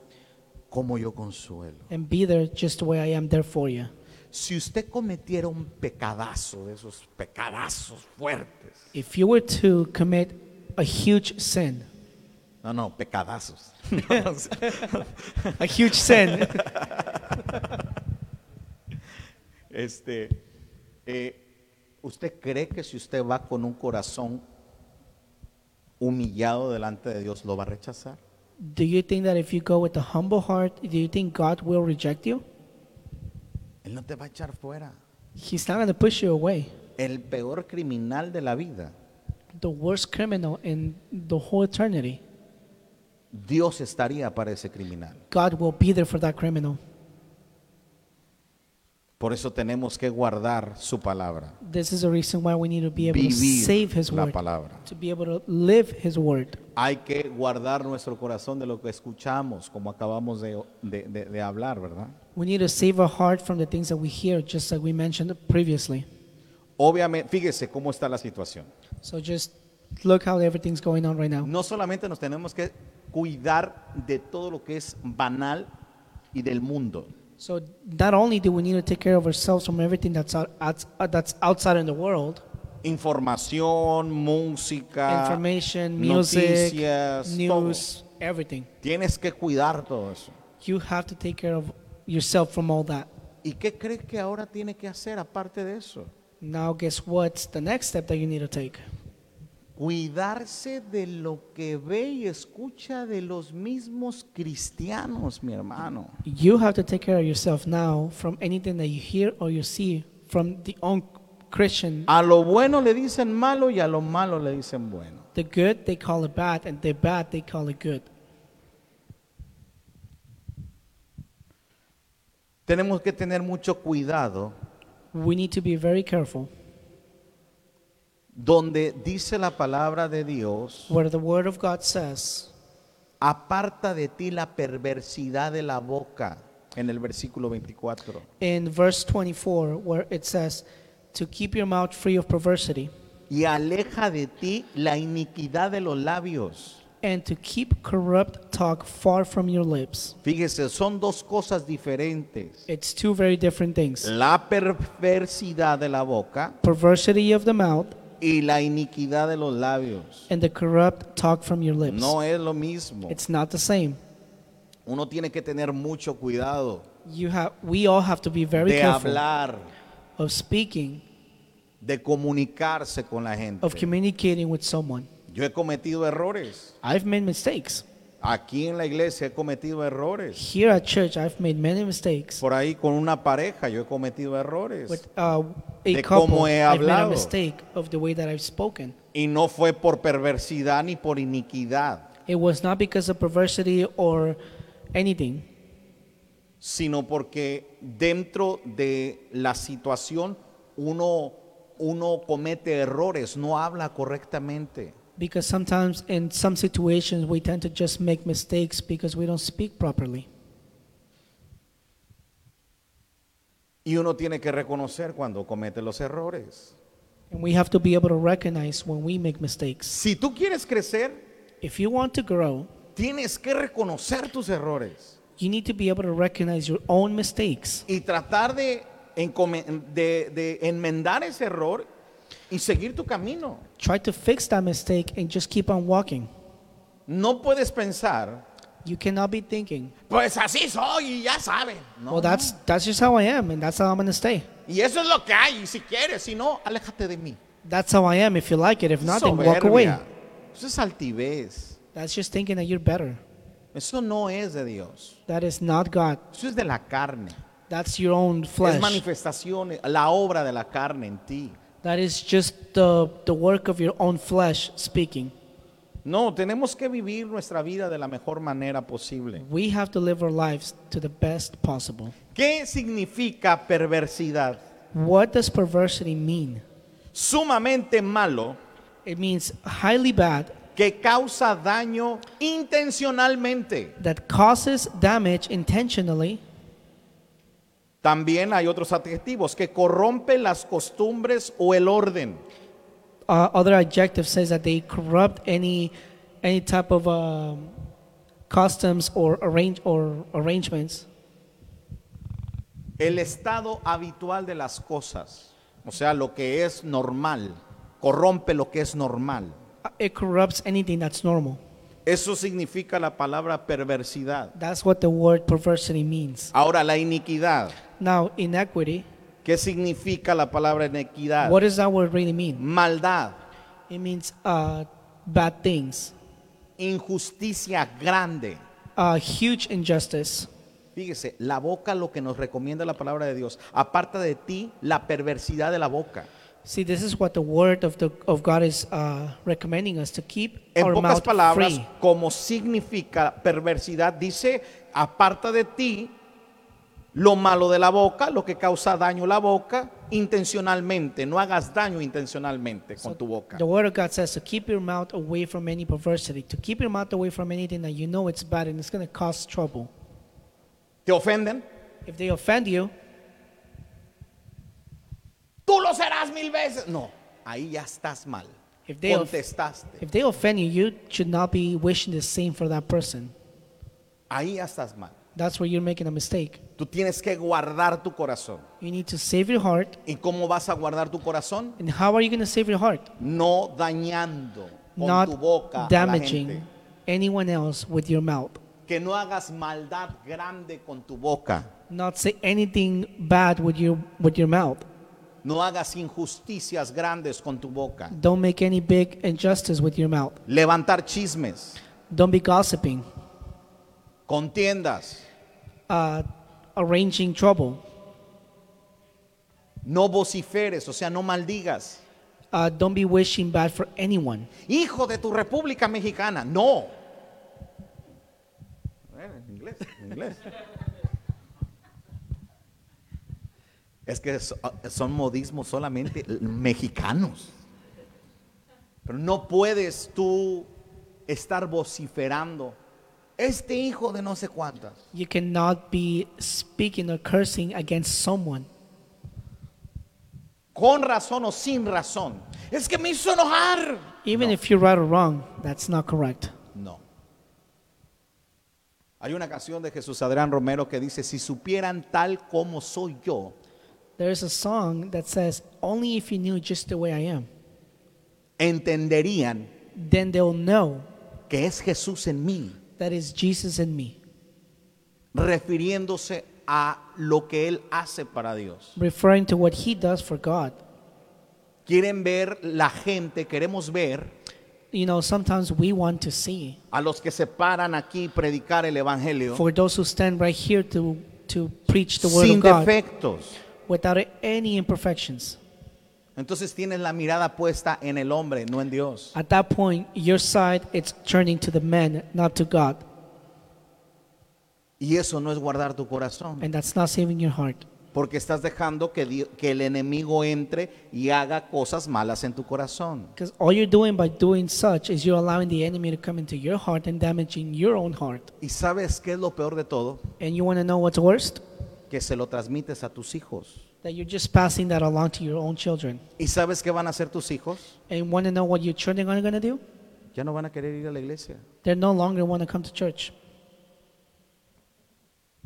como yo consuelo.
and be there just the way I am there for you."
Si usted cometiera un pecadazo de esos pecadazos fuertes,
If you were to commit a huge sin,
no, no, pecadazos.
a huge sin,
Este, eh, ¿usted cree que si usted va con un corazón humillado delante de Dios lo va a rechazar?
do you think that if you go with a humble heart, do you think God will reject you?
Él no te va a echar fuera.
He's not going to push you away.
El peor criminal de la vida,
The worst criminal in the whole eternity,
Dios estaría para ese criminal.
God will be there for that criminal.
Por eso tenemos que guardar su palabra,
This is the reason why we need to be able to
vivir
save His
la
word,
palabra.
to be able to live His word.
Hay que guardar nuestro corazón de lo que escuchamos, como acabamos de, de- de- de hablar, ¿verdad?
We need to save our heart from the things that we hear, just like we mentioned previously.
Obviamente, fíjese cómo está la situación.
So just look how everything's going on right now.
No solamente nos tenemos que cuidar de todo lo que es banal y del mundo,
So not only do we need to take care of ourselves from everything that's out, outs- uh, that's outside in the world,
información, música,
information, music,
noticias,
news, everything.
todo. Tienes que cuidar todo eso.
You have to take care of yourself from all that.
¿Y qué crees que ahora tiene que hacer aparte de eso?
Now guess what's the next step that you need to take?
Cuidarse de lo que ve y escucha de los mismos cristianos, mi hermano.
You have to take care of yourself now from anything that you hear or you see from the own Christian.
A lo bueno le dicen malo y a lo malo le dicen bueno.
The good they call it bad, and the bad they call it good.
Tenemos que tener mucho cuidado
We need to be very careful
donde dice la palabra de Dios,
where the Word of God says.
aparta de ti la perversidad de la boca, en el versículo 24.
in verse 24 where it says to keep your mouth free of perversity
Y aleja de ti la iniquidad de los labios.
and to keep corrupt talk far from your lips
Fíjese, son dos cosas diferentes.
it's two very different things
La perversidad de la boca
perversity of the mouth
y la iniquidad de los labios.
and the corrupt talk from your lips
No es lo mismo.
it's not the same
Uno tiene que tener mucho cuidado
you have we all have to be very
de
careful
hablar,
of speaking
de comunicarse con la gente.
of communicating with someone
Yo he cometido errores.
i've made mistakes
Aquí en la iglesia he cometido errores.
here at church i've made many mistakes
Por ahí con una pareja yo he cometido errores.
with uh, a
De cómo
couple
he
i've made a
hablado.
mistake of the way that i've spoken
Y no fue por perversidad ni por iniquidad,
It was not because of perversity or anything,
sino porque dentro de la situación uno, uno comete errores, no habla correctamente.
because sometimes in some situations we tend to just make mistakes because we don't speak properly.
Y uno tiene que reconocer cuando comete los errores.
And we have to be able to recognize when we make mistakes.
Si tú quieres crecer,
If you want to grow,
tienes que reconocer tus errores
you need to be able to recognize your own mistakes
y tratar de, encome- de- de enmendar ese error y seguir tu camino.
try to fix that mistake and just keep on walking.
No puedes pensar,
You cannot be thinking,
pues así soy y ya saben. No,
well, that's, that's just how I am and that's how I'm going to stay.
Y eso es lo que hay. Y si quieres, si no, aléjate de mí.
That's how I am. If you like it, if
Eso
not,
es
then walk away.
soberbia. Eso es altivez.
That's just thinking that you're better.
Eso no es de Dios.
That is not God.
Eso es de la carne.
That's your own
Es
flesh.
manifestación, la obra de la carne en ti.
That is just the, the work of your own flesh speaking.
No, tenemos que vivir nuestra vida de la mejor manera posible.
We have to live our lives to the best possible.
¿Qué significa perversidad?
What does perversity mean?
Sumamente malo
It means highly bad
que causa daño intencionalmente.
that causes damage intentionally.
También hay otros adjetivos que corrompe las costumbres o el orden.
Uh, other adjective says that they corrupt any any type of um, customs or arrange or arrangements.
El estado habitual de las cosas, o sea, lo que es normal, corrompe lo que es normal.
Uh, It corrupts anything that's normal.
Eso significa la palabra perversidad.
That's what the word perversity means.
Ahora, la iniquidad.
Now, inequity.
¿Qué significa la palabra iniquidad?
What does that word really mean?
Maldad,
It means uh, bad things,
injusticia grande.
uh, huge injustice.
Fíjese, la boca lo que nos recomienda la palabra de Dios. Aparta de ti la perversidad de la boca.
See, this is what the word of the of God is uh, recommending us to keep
En
our
pocas
mouth
palabras,
free.
como significa perversidad, dice, aparta de ti lo malo de la boca, lo que causa daño a la boca, intencionalmente. No hagas daño intencionalmente con tu boca.
The word of God says to keep your mouth away from any perversity, to keep your mouth away from anything that you know it's bad and it's going to cause trouble.
¿Te ofenden?
If they offend you,
Tú lo serás mil veces. No, ahí ya estás mal.
If they of-
Contestaste.
if they offend you, you should not be wishing the same for that person.
Ahí ya estás mal.
That's where you're making a mistake.
Tú tienes que guardar tu corazón.
You need to save your heart.
¿Y cómo vas a guardar tu corazón?
And how are you going to save your heart?
No dañando con tu boca
Not
a la
damaging
gente.
anyone else with your mouth.
Que no hagas maldad grande con tu boca.
Not say anything bad with your with your mouth.
No hagas injusticias grandes con tu boca.
Don't make any big injustice with your mouth.
Levantar chismes,
Don't be gossiping,
contiendas,
uh, arranging trouble.
no vociferes, o sea, no maldigas.
Uh, don't be wishing bad for anyone.
Hijo de tu República Mexicana, no. Bueno, en inglés, en inglés. Es que so- son modismos solamente mexicanos. Pero no puedes tú estar vociferando. Este hijo de no sé cuántas.
You cannot be speaking or cursing against someone
Con razón o sin razón. Es que me hizo enojar.
Even if you're right or wrong, that's not correct.
No. Hay una canción de Jesús Adrián Romero que dice, si supieran tal como soy yo,
There's a song that says, Only if you knew just the way I am,
entenderían
then they'll know
que es Jesús en mí,
that is Jesus in me,
refiriéndose a lo que Él hace para Dios.
referring to what he does for God.
Quieren ver la gente, queremos ver
You know, sometimes we want to see.
a los que se paran aquí predicar el Evangelio
For those who stand right here to, to preach the word
sin
of God
defectos.
without any imperfections,
Entonces tienes la mirada puesta en el hombre, no en Dios.
at that point, your side it's turning to the man, not to God.
Y eso no es guardar tu corazón.
And that's not saving your heart.
Porque estás dejando que, Di- que el enemigo entre y haga cosas malas en tu corazón.
Because all you're doing by doing such is you're allowing the enemy to come into your heart and damaging your own heart.
¿Y sabes qué es lo peor de todo?
And you want to know what's worst?
Que se lo transmites a tus hijos.
That you're just passing that along to your own children.
¿Y sabes qué van a hacer tus hijos?
And want to know what your children are going to do?
Ya no van a querer ir a la iglesia.
They're no longer want to come to church.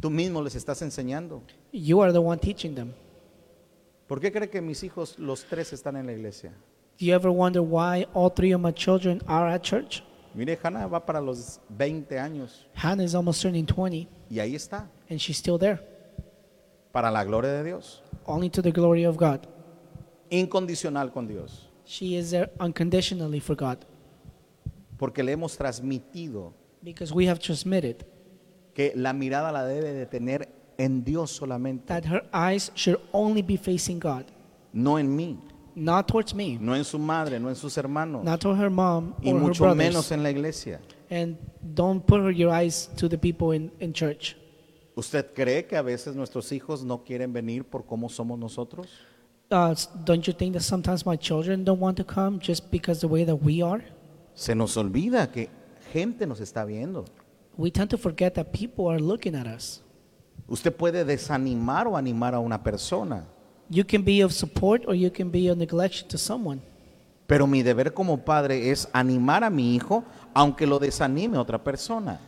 Tú mismo les estás enseñando.
You are the one teaching them.
¿Por qué cree que mis hijos, los tres, están en la iglesia?
Do you ever wonder why all three of my children are at church?
Mire, Hannah va para los 20 años
Hannah is almost turning 20
y ahí está,
and she's still there,
para la gloria de Dios.
only to the glory of God.
Incondicional con Dios.
She is there unconditionally for God
Porque le hemos transmitido
because we have transmitted
que la mirada la debe de tener en Dios solamente.
that her eyes should only be facing God,
no en mí.
not towards me,
no en su madre, no en sus hermanos,
not toward her mom
y
or her
mucho menos
brothers,
en la iglesia.
and don't put her- your eyes to the people in, in church.
¿Usted cree que a veces nuestros hijos no quieren venir por cómo somos nosotros?
Uh, s- don't you think that sometimes my children don't want to come just because the way that we are?
Se nos olvida que gente nos está viendo.
We tend to forget that people are looking at us.
Usted puede desanimar o animar a una persona,
You can be of support or you can be of neglection to someone.
pero mi deber como padre es animar a mi hijo aunque lo desanime otra persona.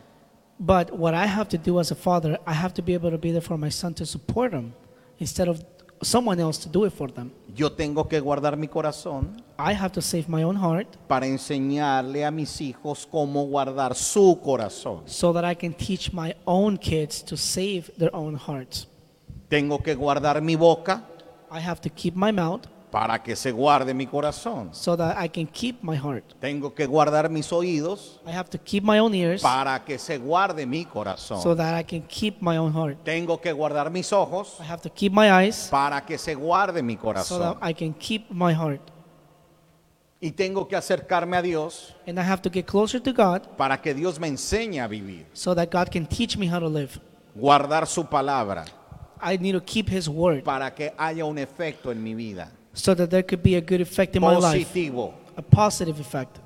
But what I have to do as a father, I have to be able to be there for my son to support him instead of someone else to do it for them.
Yo tengo que guardar mi corazón
I have to save my own heart
para enseñarle a mis hijos cómo guardar su corazón.
so that I can teach my own kids to save their own hearts.
Tengo que guardar mi boca
I have to keep my mouth
para que se guarde mi corazón.
so that I can keep my heart.
Tengo que guardar mis oídos
I have to keep my own ears
para que se guarde mi corazón.
so that I can keep my own heart.
Tengo que guardar mis ojos
I have to keep my eyes
para que se guarde mi
so that
corazón.
I can keep my heart.
Y tengo que acercarme a Dios
And I have to get closer to God
para que Dios me enseñe a vivir.
so that God can teach me how to live.
Guardar su palabra
I need to keep His word
para que haya un efecto en mi vida
so that there could be a good effect in my life,
positivo.
a positive effect.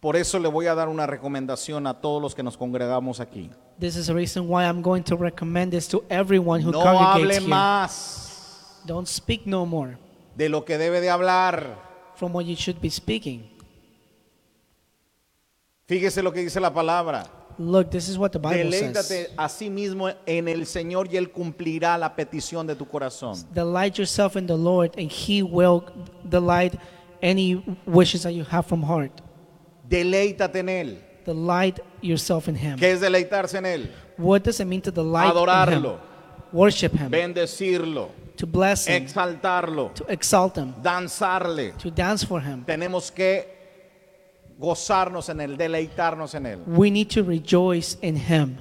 Por eso le voy a dar una recomendación a todos los que nos congregamos aquí.
This is the reason why I'm going to recommend this to everyone who
No hable
congregates here.
más
Don't speak no more
de lo que debe de hablar.
from what you should be speaking.
Fíjese lo que dice la palabra.
Look, this is what the Bible says.
Deleítate a sí mismo en el Señor y Él cumplirá la petición de tu corazón.
Delight yourself in the Lord, and He will delight any wishes that you have from heart.
Deleítate en Él.
Delight yourself in Him.
¿Qué es deleitarse en Él?
What does it mean to delight in Him?
Adorarlo,
Worship Him,
bendecirlo,
to bless Him,
exaltarlo,
to exalt Him,
danzarle.
to dance for Him.
Tenemos que gozarnos en Él, deleitarnos en Él.
We need to rejoice in Him.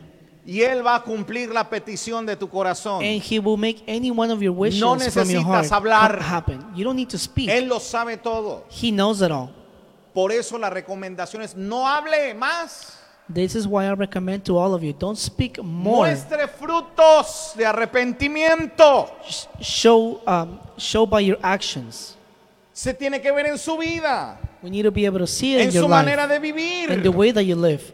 Y Él va a cumplir la petición de tu corazón.
And he will make any one of your wishes
No
from your heart
necesitas hablar.
ha- happen. You don't need to speak.
Él lo sabe todo.
he knows it all.
Por eso la recomendación es no hable más.
This is why I recommend to all of you: don't speak more.
Muestre frutos de arrepentimiento.
Sh- Show, um, show by your actions.
Se tiene que ver en su vida,
We need to be able to see it
en
in your
su manera
life
de
and the
vivir.
way that you live.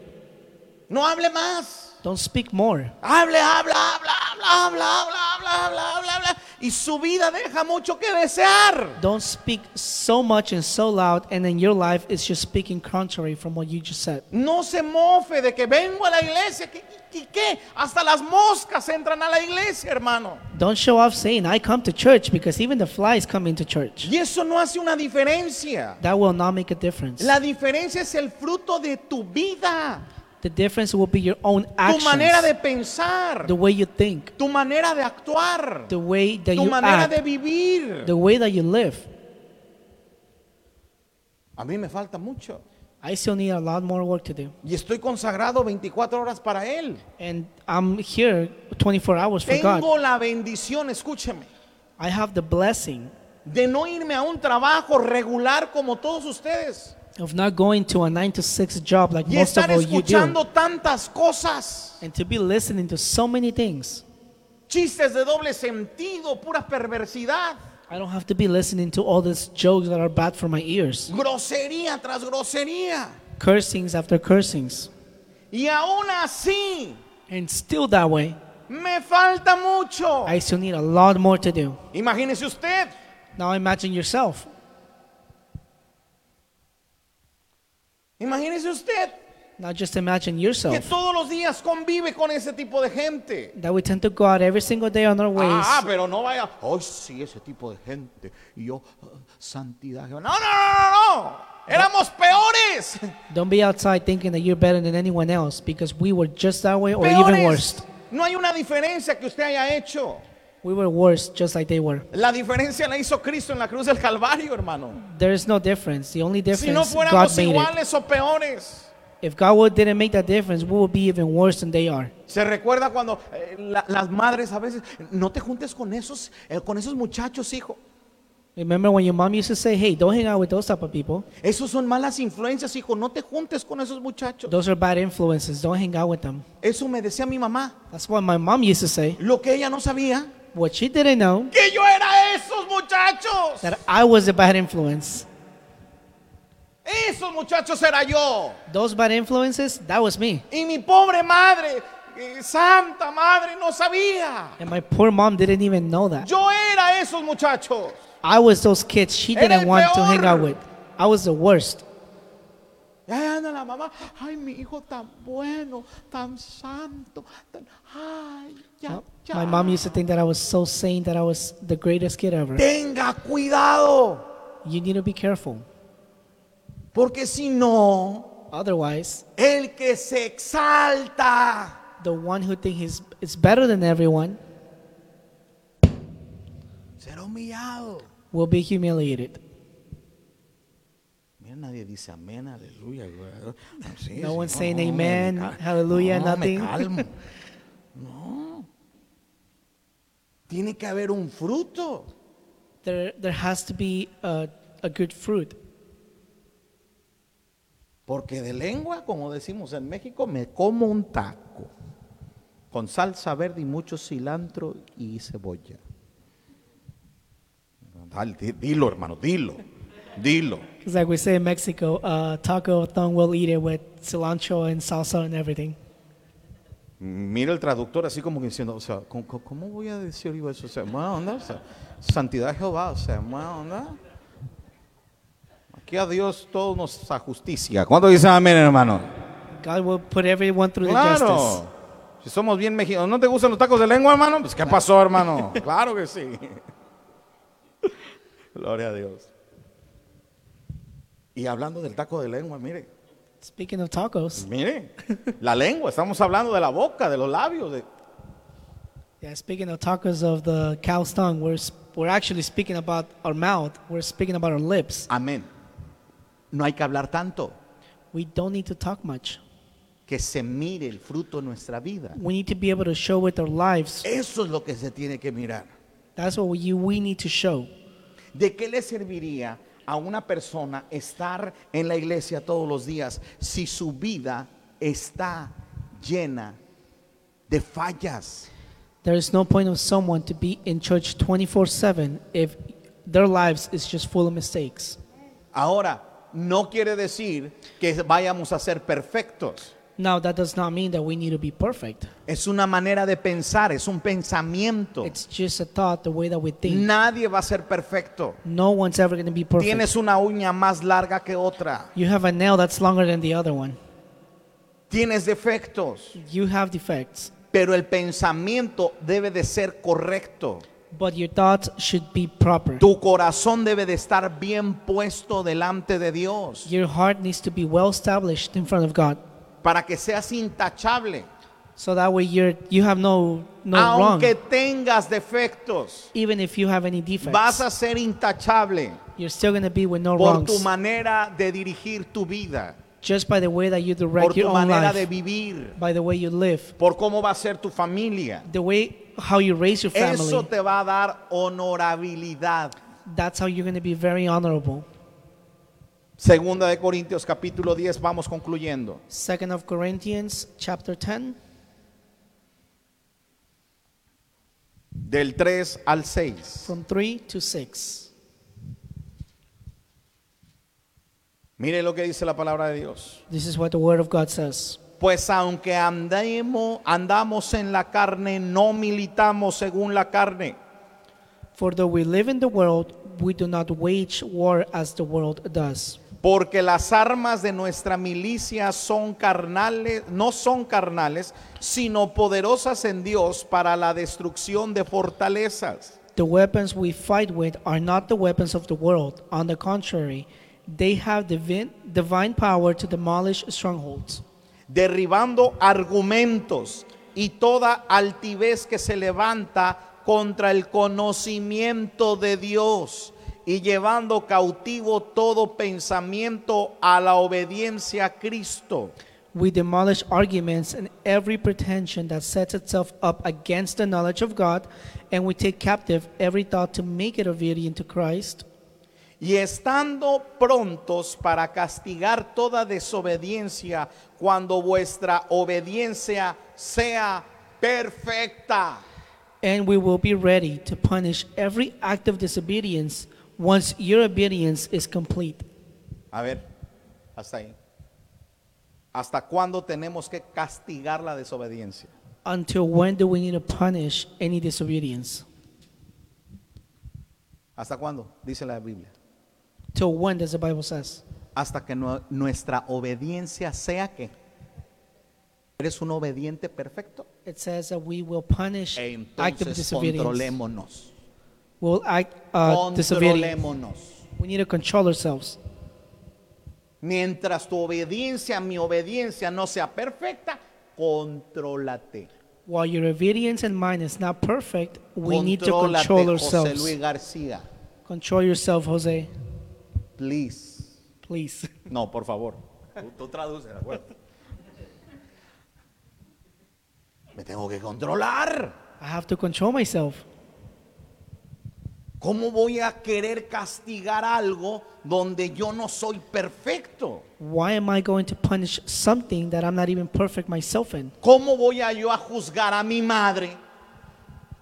No hable más.
Don't speak more.
Hable, habla, habla, habla, habla, habla, habla, habla, habla, habla. Y su vida deja mucho que desear.
Don't speak so much and so loud, and in your life it's just speaking contrary from what you just said.
No se mofe de que vengo a la iglesia. ¿Qué, qué, qué? Hasta las moscas entran a la iglesia, hermano.
Don't show off saying I come to church because even the flies come into church.
Y eso no hace una diferencia.
That will not make a difference.
La diferencia es el fruto de tu vida,
The difference will be your own
tu
actions,
manera de pensar,
the way you think,
tu manera de actuar,
the way that
tu
you
manera
act,
de vivir.
the way that you live.
A mí me falta mucho.
I still need a lot more work to do,
Y estoy consagrado 24 horas para Él.
and I'm here 24 hours for God.
Tengo la bendición, escúcheme,
I have the blessing
de no irme a un trabajo regular como todos ustedes
of not going to a nine to six job like
y
most of
estar
all you do,
escuchando tantas cosas,
and to be listening to so many things.
chistes de doble sentido, pura perversidad,
I don't have to be listening to all these jokes that are bad for my ears,
grosería tras grosería.
cursings after cursings,
Y aún así,
and still that way.
me falta mucho.
I still need a lot more to do.
Imagínese usted,
Now imagine yourself.
imagínese usted
Now just imagine
que
yourself.
todos los días convive con ese tipo de gente.
that we tend to go out every single day on our ways.
Ah, pero no vaya. Ay, sí, ese tipo de gente. Y yo, ah, santidad. No, no, no, no, no. Éramos peores.
Don't be outside thinking that you're better than anyone else because we were just that way or even worse.
Peores. No hay una diferencia que usted haya hecho.
We were worse just like they were.
La diferencia la hizo Cristo en la cruz del Calvario, hermano.
There is no difference. The only
Si no
difference God
fuéramos
made it.
iguales o peores.
If God would didn't make that difference, we would be even worse than they are.
Se recuerda cuando eh, la- las madres a veces, no te juntes con esos, eh, con esos muchachos, hijo.
Remember when your mom used to say, hey, don't hang out with those type of people?
Esos son malas influencias, hijo. No te juntes con esos muchachos.
Those are bad influences. Don't hang out with them.
Eso me decía mi mamá.
That's what my mom used to say.
Lo que ella no sabía,
What she didn't know,
que yo era esos muchachos.
that I was a bad influence.
Esos muchachos era yo.
Those bad influences, that was me.
Y mi pobre madre, eh, santa madre, no sabía.
And my poor mom didn't even know that.
Yo era esos muchachos.
I was those kids she
Era el
didn't want to
peor.
hang out with. I was the worst.
Y ahí anda la mamá. Ay, mi hijo tan bueno, tan santo. Tan... Ay, ya, ya.
My mom used to think that I was so sane that I was the greatest kid ever.
Tenga cuidado,
You need to be careful.
porque si no,
Otherwise,
el que se exalta
the one who thinks he's is better than everyone
será humillado.
will be humiliated.
Mira, nadie dice amén, aleluya. güey. Sí,
No one's
sí,
saying
no, me
amen,
cal-
hallelujah,
no, Oh, me
nothing.
calmo. No. Tiene que haber un fruto.
There, there has to be a, a good fruit.
Porque de lengua, como decimos en México, me como un taco. Con salsa verde y mucho cilantro y cebolla. Dale, di- dilo, hermano, dilo. Dilo.
Because, like we say in Mexico, uh, taco thong will eat it with cilantro and salsa and everything.
Mira el traductor así como que diciendo, o sea, ¿cómo, cómo- cómo voy a decir yo eso? O sea, buena onda, o sea, santidad de Jehová, o sea, buena onda. Aquí a Dios todo nos ajusticia. ¿Cuánto dicen amén, hermano?
God will put everyone through the justice.
Claro. Si somos bien mexicanos, ¿no te gustan los tacos de lengua, hermano? Pues ¿qué pasó, hermano? Claro que sí. Gloria a Dios. Y hablando del taco de lengua, mire,
Speaking of tacos,
mire, la lengua, estamos hablando de la boca, de los labios, de,
yeah, speaking of tacos of the cow's tongue, we're, s- we're actually speaking about our mouth, we're speaking about our lips.
Amén. No hay que hablar tanto.
We don't need to talk much.
Que se mire el fruto en nuestra vida.
We need to be able to show with our lives.
Eso es lo que se tiene que mirar.
That's what we, we need to show.
¿De qué le serviría a una persona estar en la iglesia todos los días si su vida está llena de fallas?
There is no point of someone to be in church 24 7 if their lives is just full of mistakes.
Ahora, no quiere decir que vayamos a ser perfectos.
Now, that does not mean that we need to be perfect.
Es una manera de pensar, es un pensamiento.
It's just a thought, the way that we think.
Nadie va a ser perfecto.
No one's ever going to be perfect.
Tienes una uña más larga que otra.
You have a nail that's longer than the other one.
Tienes defectos,
You have defects,
pero el pensamiento debe de ser correcto.
but your thoughts should be proper.
Tu corazón debe de estar bien puesto delante de Dios
Your heart needs to be well established in front of God,
para que seas intachable.
so that way you're you have no no
Aunque
wrong.
tengas defectos,
Even if you have any
vas
defects,
a ser intachable
you're still gonna be with no
por tu
wrongs,
manera de dirigir tu vida,
just by the way that you
por
direct your
tu
own
manera de
life,
vivir,
by the way you live,
por cómo va a ser tu familia.
the way how you raise your
Eso
family.
te va a dar honorabilidad.
That's how you're gonna be very honorable.
Segunda de Corintios capítulo 10, vamos concluyendo.
Second of Corinthians chapter 10,
Del 3 al 6.
from 3 to 6.
Mire lo que dice la palabra de Dios.
This is what the Word of God says.
Pues aunque andemos, andamos en la carne, no militamos según la carne.
For though we live in the world, we do not wage war as the world does.
Porque las armas de nuestra milicia son carnales, no son carnales, sino poderosas en Dios para la destrucción de fortalezas.
The weapons we fight with are not the weapons of the world. On the contrary, they have divine, divine power to demolish strongholds,
derribando argumentos y toda altivez que se levanta contra el conocimiento de Dios y llevando cautivo todo pensamiento a la obediencia a Cristo,
We demolish arguments and every pretension that sets itself up against the knowledge of God, and we take captive every thought to make it obedient to Christ.
Y estando prontos para castigar toda desobediencia cuando vuestra obediencia sea perfecta.
And we will be ready to punish every act of disobedience once your obedience is complete.
A ver, hasta ahí. ¿Hasta cuándo tenemos que castigar la desobediencia?
Until when do we need to punish any disobedience?
¿Hasta cuándo? Dice la Biblia.
Till when does the Bible says?
Hasta que nu- nuestra obediencia sea que eres un obediente perfecto.
It says that we will punish
E
act of
entonces
disobedience.
controlémonos.
We'll act uh, disobedience.
Controlémonos.
We need to control ourselves.
Mientras tu obediencia, mi obediencia no sea perfecta, contrólate.
While your obedience and mine is not perfect, we need to
Contrólate,
control
José Luis
ourselves.
García,
Control yourself, Jose.
please.
Please.
No, por favor.
Tú, tú traduces, ¿de acuerdo?
Me tengo que controlar.
I have to control myself.
¿Cómo voy a querer castigar algo donde yo no soy perfecto?
Why am I going to punish something that I'm not even perfect myself in?
¿Cómo voy a yo a juzgar a mi madre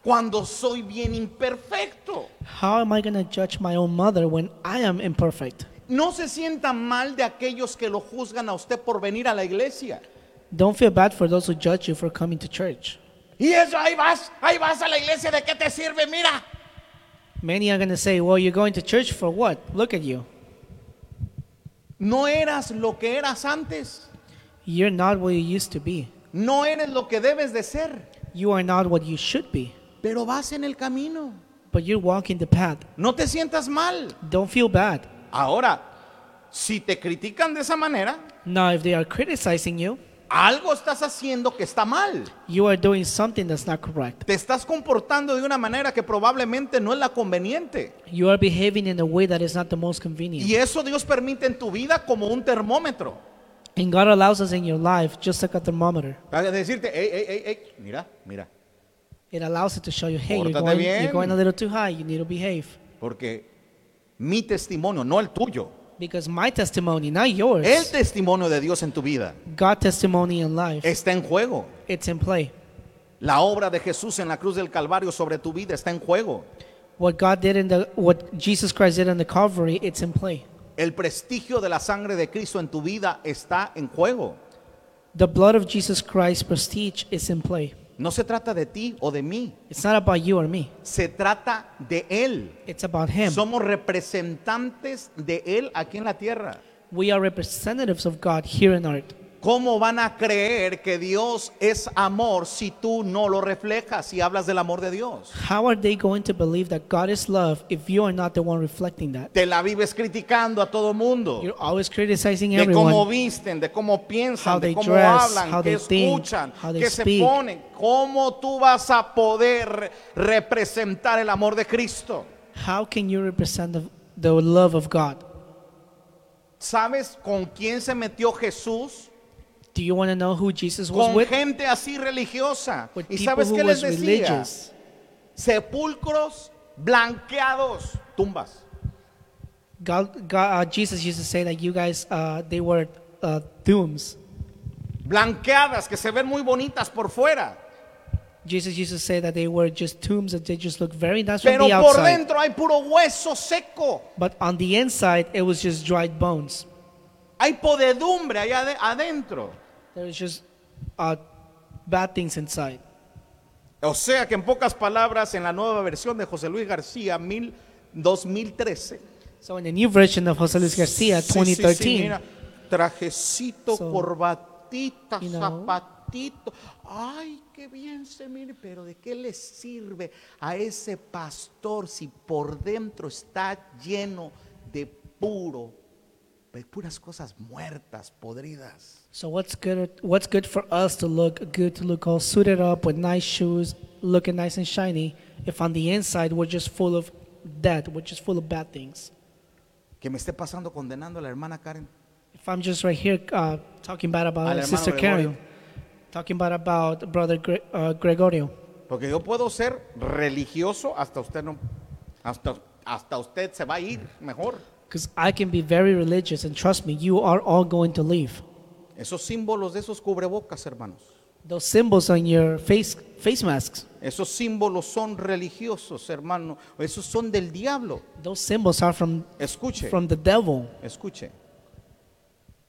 cuando soy bien imperfecto?
How am I going to judge my own mother when I am imperfect?
No se sienta mal de aquellos que lo juzgan a usted por venir a la iglesia.
Don't feel bad for those who judge you for coming to church.
Y eso, ahí vas, ahí vas a la iglesia, ¿de qué te sirve? Mira,
Many are going to say, Well, you're going to church for what? Look at you.
no eras lo que eras antes,
You're not what you used to be.
no eres lo que debes de ser,
You are not what you should be,
pero vas en el camino.
but you're walking the path.
No te sientas mal.
Don't feel bad.
Ahora, si te critican de esa manera,
Now, if they are criticizing you,
algo estás haciendo que está mal.
you are doing something that's not correct.
Te estás comportando de una manera que probablemente no es la conveniente.
You are behaving in a way that is not the most convenient.
Y eso Dios permite en tu vida como un termómetro.
And God allows us in your life just like a thermometer.
Para decirte, "Ey, ey, ey, ey, mira, mira,
It allows it to show you, hey, you're
Pórtate
going,
bien.
you're going a little too high. You need to behave.
porque mi testimonio, no el tuyo,
Because my testimony, not yours,
el testimonio de Dios en tu vida
God testimony in life,
está en juego.
it's in play.
La obra de Jesús en la cruz del Calvario sobre tu vida está en juego.
What God did in the, what Jesus Christ did in the Calvary, it's in play.
El prestigio de la sangre de Cristo en tu vida está en juego.
The blood of Jesus Christ's prestige is in play.
No se trata de ti o de mí,
It's not about you or me.
se trata de Él.
It's about Him.
Somos representantes de Él aquí en la tierra.
we are representatives of God here on earth.
¿Cómo van a creer que Dios es amor si tú no lo reflejas y hablas del amor de Dios?
How are they going to believe that God is love if you are not the one reflecting that?
Te la vives criticando a todo mundo.
You're always criticizing
De cómo
everyone.
visten, de cómo piensan,
How
de
they
cómo
dress,
hablan,
how
qué
they think,
escuchan,
how they
qué se
speak.
ponen. ¿Cómo tú vas a poder re- representar el amor de Cristo?
How can you represent the, the love of God?
¿Sabes con quién se metió Jesús?
Do you want to know who Jesus was
Con
with?
gente así religiosa.
With
¿Y
people
sabes
who
qué les
was
decía?
religious.
Sepulcros blanqueados, tumbas.
God, God uh, Jesus used to say that you guys, uh, they were uh, dooms.
Blanqueadas que se ven muy bonitas por fuera,
Jesus used to say that they were just tombs that they just look very nice from
pero
the
por
outside,
dentro hay puro hueso seco.
but on the inside it was just dried bones.
Hay podedumbre allá ade- adentro.
There was just uh, bad things inside.
O sea que en pocas palabras, en la nueva versión de José Luis García, mil, 2013.
So in the new version of José Luis Garcia,
Sí, sí, sí,
2013,
mira, trajecito,
So,
corbatita,
you know.
zapatito. Ay, qué bien se mire, pero ¿de qué le sirve a ese pastor si por dentro está lleno de puro, de puras cosas muertas, podridas?
so what's good? What's good for us to look good, to look all suited up with nice shoes, looking nice and shiny, if on the inside we're just full of dead, we're just full of bad things.
Que me esté pasando condenando a la hermana Karen.
If I'm just right here uh, talking bad about
Al hermano
Sister Karen, talking bad about Brother Gre- uh, Gregorio,
Porque yo puedo ser religioso hasta usted no, hasta, hasta usted se va a ir mejor.
because I can be very religious, and trust me, you are all going to leave.
Esos símbolos de esos cubrebocas, hermanos.
Those symbols on your face face masks,
Esos símbolos son religiosos, hermano. Esos son del diablo.
those symbols are from
Escuche,
from the devil.
escuche.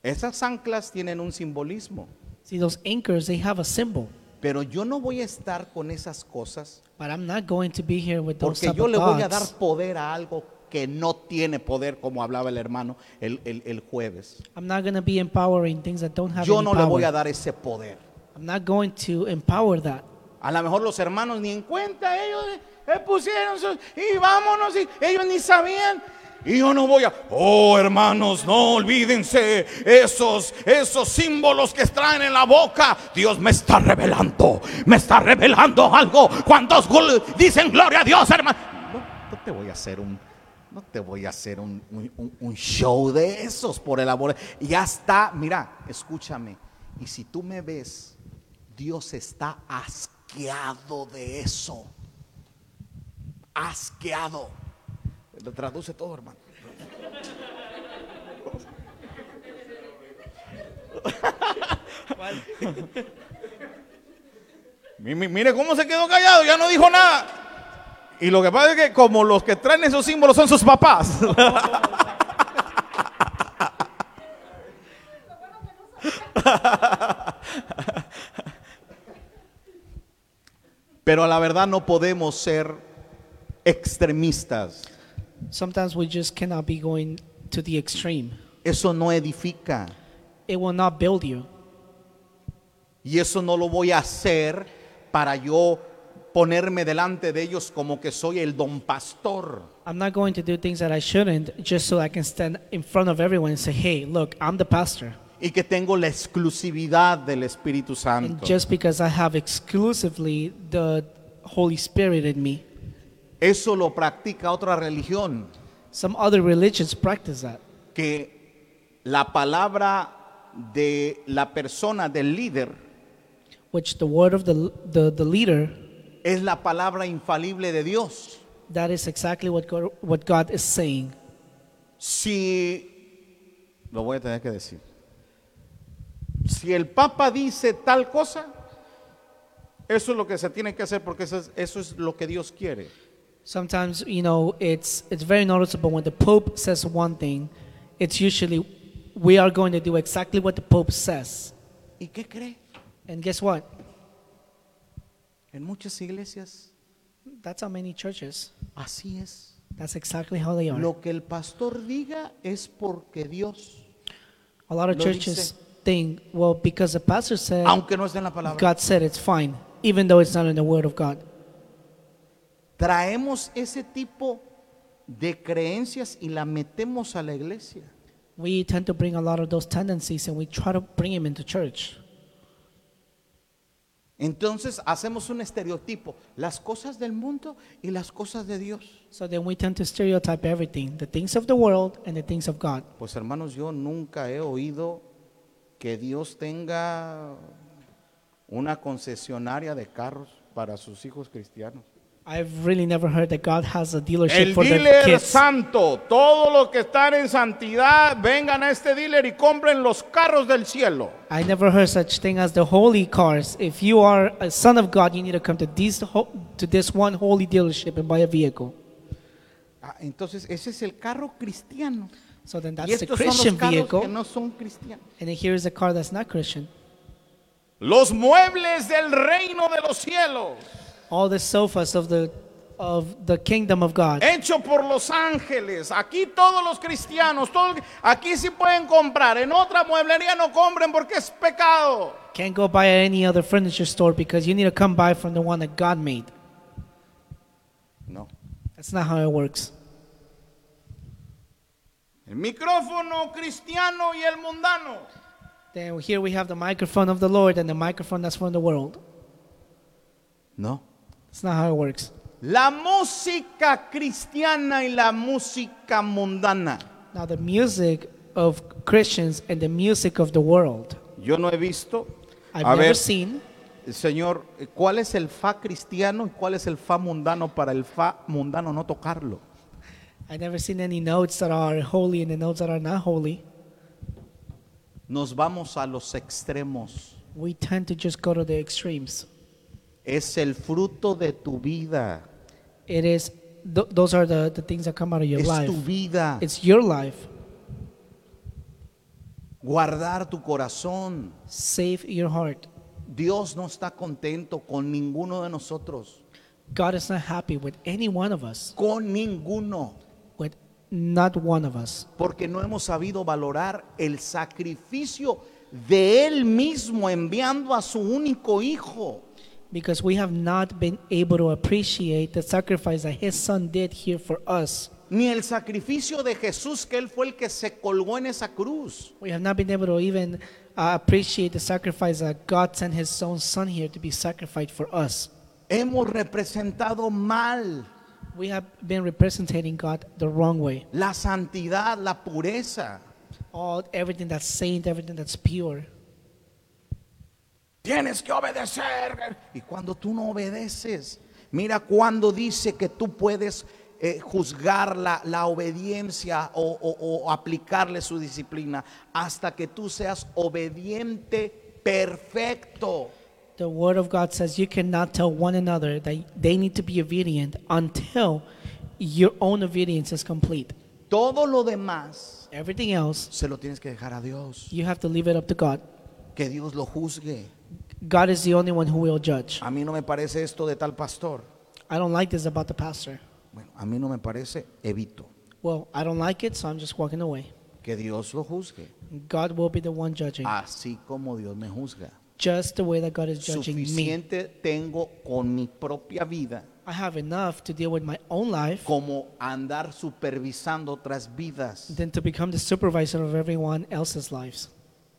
Esas anclas tienen un simbolismo.
See those anchors, they have a symbol.
Pero yo no voy a estar con esas cosas
But I'm not going to be here with those
porque
type
yo
of
le voy a dar
thoughts.
poder a algo que no tiene poder, como hablaba el hermano el, el- el jueves.
I'm not going to be empowering things that don't have
Yo
any
no le
power.
voy a dar ese poder.
I'm not going to empower that.
A lo mejor los hermanos ni en cuenta, ellos eh, pusieron sus- y vámonos, y ellos ni sabían. Y yo no voy a, oh hermanos, no olvídense esos, esos símbolos que traen en la boca. Dios me está revelando, me está revelando algo. Cuando dicen gloria a Dios, hermano. No, no te voy a hacer un, no te voy a hacer un, un- un- un show de esos por el amor. Ya está, mira, escúchame. Y si tú me ves, Dios está asqueado de eso. Asqueado. Lo traduce todo, hermano. Mi- mi- Mire cómo se quedó callado, ya no dijo nada. Y lo que pasa es que como los que traen esos símbolos son sus papás. Pero a la verdad no podemos ser extremistas.
Sometimes we just cannot be going to the extreme.
Eso no edifica.
It will not build you.
Y eso no lo voy a hacer para yo ponerme delante de ellos como que soy el don pastor.
I'm not going to do things that I shouldn't just so I can stand in front of everyone and say, hey, look, I'm the pastor.
Y que tengo la exclusividad del Espíritu
And
Santo.
just because I have exclusively the Holy Spirit in me,
Eso lo practica otra religión,
some other religions practice that.
que la palabra de la persona, del líder,
Which the word of the, the, the leader,
es la palabra infalible de Dios.
that is exactly what God, what God is saying.
Si, lo voy a tener que decir, si el Papa dice tal cosa, eso es lo que se tiene que hacer porque eso es, eso es lo que Dios quiere.
Sometimes, you know, it's, it's very noticeable when the Pope says one thing, it's usually we are going to do exactly what the Pope says.
¿Y qué cree?
And guess what?
En muchas iglesias
That's how many churches.
así es.
That's exactly how they are.
Lo que el pastor diga es porque Dios,
a lot of
lo
churches
dice.
think, well, because the pastor said,
aunque no esté en la palabra,
God said it's fine, even though it's not in the Word of God.
traemos ese tipo de creencias y la metemos a la iglesia.
We tend to bring a lot of those tendencies and we try to bring them into church.
Entonces hacemos un estereotipo, las cosas del mundo y las cosas de Dios.
So then we tend to stereotype everything the things of the world and the things of God.
Pues hermanos, yo nunca he oído que Dios tenga una concesionaria de carros para sus hijos cristianos.
I've really never heard that God has a dealership
El
for the
dealer
kids.
santo, todos los que están en santidad, vengan a este dealer y compren los carros del cielo.
I never heard such thing as the holy cars. If you are a son of God, you need to come to this ho- to this one holy dealership and buy a vehicle.
Ah, entonces ese es el carro cristiano.
So then
Y
that's the
estos son los
Christian
carros que
vehicle,
no son cristianos.
and then here is a car that's not Christian.
Los muebles del reino de los cielos,
All the sofas of the of the kingdom of
Eh.
God.
hecho por los ángeles. Aquí todos los cristianos, todos- aquí sí pueden comprar. En otra mueblería no compren porque es pecado.
Can't go buy at any other furniture store because you need to come buy from the one that God made.
No.
That's not how it works.
El micrófono cristiano y el mundano.
Then here we have the microphone of the Lord and the microphone that's from the world.
No.
That's not how it works.
La música cristiana y la música mundana.
Now the music of Christians and the music of the world.
Yo no he visto.
I've
A
never
ver,
seen.
Señor, ¿cuál es el fa cristiano y cuál es el fa mundano para el fa mundano no tocarlo?
I've never seen any notes that are holy and the notes that are not holy.
Nos vamos a los extremos.
We tend to just go to the extremes.
Es el fruto de tu vida.
It is th- those are the, the things that come out of your
es
life.
tu vida.
It's your life.
Guardar tu corazón.
Save your heart.
Dios no está contento con ninguno de nosotros.
God is not happy with any one of us,
Con ninguno.
with not one of us,
Porque no hemos sabido valorar el sacrificio de Él mismo enviando a su único hijo.
because we have not been able to appreciate the sacrifice that His Son did here for us.
Ni el sacrificio de Jesús, que Él fue el que se colgó en esa cruz.
We have not been able to even uh, appreciate the sacrifice that God sent His own Son here to be sacrificed for us.
Hemos representado mal
We have been representing God the wrong way.
la santidad, la pureza.
All everything that's saint, everything that's pure.
Tienes que obedecer. Y cuando tú no obedeces, mira cuando dice que tú puedes eh, juzgar la, la obediencia o, o- o aplicarle su disciplina hasta que tú seas obediente perfecto.
The word of God says you cannot tell one another that they need to be obedient until your own obedience is complete.
Todo lo demás
Everything else,
se lo tienes que dejar a Dios.
you have to leave it up to God.
Que Dios lo juzgue.
God is the only one who will judge.
A mí no me parece esto de tal pastor.
I don't like this about the pastor.
Bueno, a mí no me parece, evito.
Well, I don't like it, so I'm just walking away.
Que Dios lo juzgue.
God will be the one judging,
Así como Dios me juzga.
just the way that God is judging me.
Suficiente tengo con mi propia vida
I have enough to deal with my own life
como andar supervisando otras vidas.
than to become the supervisor of everyone else's lives.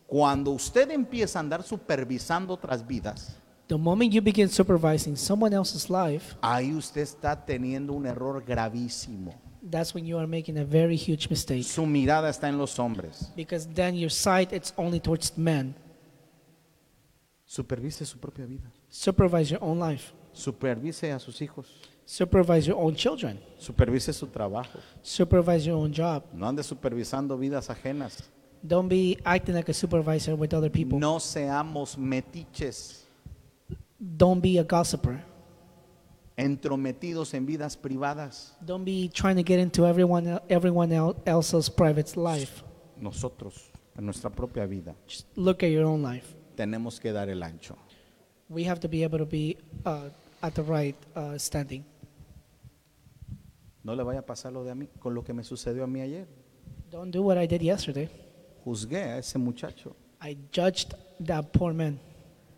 Cuando usted empieza a andar supervisando otras vidas,
The moment you begin supervising someone else's life,
ahí usted está teniendo un error gravísimo.
that's when you are making a very huge mistake.
Su mirada está en los hombres.
Because then your sight it's only towards men.
Supervise su propia vida.
Supervise your own life.
Supervise a sus hijos.
Supervise your own children.
Supervise su trabajo.
Supervise your own job.
No ande supervisando vidas ajenas.
Don't be acting like a supervisor with other people.
No seamos metiches
Don't be a gossiper.
entrometidos en vidas privadas.
Don't be trying to get into everyone el- everyone el- else's private life.
Nosotros, en nuestra propia vida,
Just look at your own life.
tenemos que dar el ancho.
We have to be able to be uh, at the right uh, standing.
No le vaya a pasar lo de a mí, con lo que me sucedió a mí ayer.
Don't do what I did yesterday.
Juzgué a ese muchacho
I judged that poor man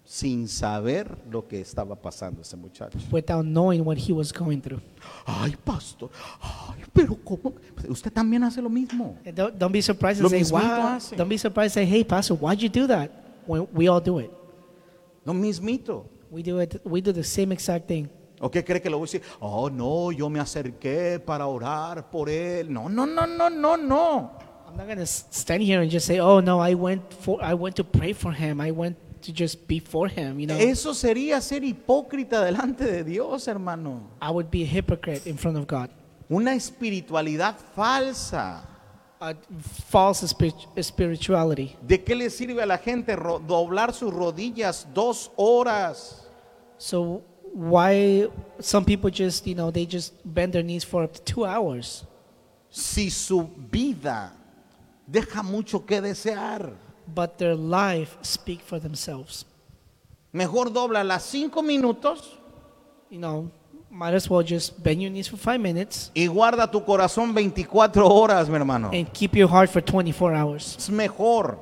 sin saber lo que estaba pasando ese muchacho.
without knowing what he was going through.
Ay, pastor, ay, pero ¿cómo? Usted también hace lo mismo.
And Don't, don't be surprised
Lo
and say,
mismito
wow.
hace.
Don't be surprised and say, hey, Pastor, why'd you do that? When we all do it.
Lo mismito.
We do it. We do the same exact thing.
¿O qué cree que lo voy a decir? Oh, no, yo me acerqué para orar por él. No, no, no, no, no, no.
I'm not gonna s- stand here and just say, oh no, I went for, I went to pray for him. I went to just be for him. You know,
Eso sería ser hipócrita delante de Dios, hermano.
I would be a hypocrite in front of God.
Una espiritualidad falsa.
A false spirit, spirituality.
¿De qué le sirve a la gente ro- doblar sus rodillas dos horas?
So why some people just, you know, they just bend their knees for up to two hours
Si su vida deja mucho que desear.
but their life speak for themselves
Mejor dobla las cinco minutos
you know might as well just bend your knees for five minutes
y guarda tu corazón 24 horas, mi hermano.
and keep your heart for 24 hours.
Es mejor.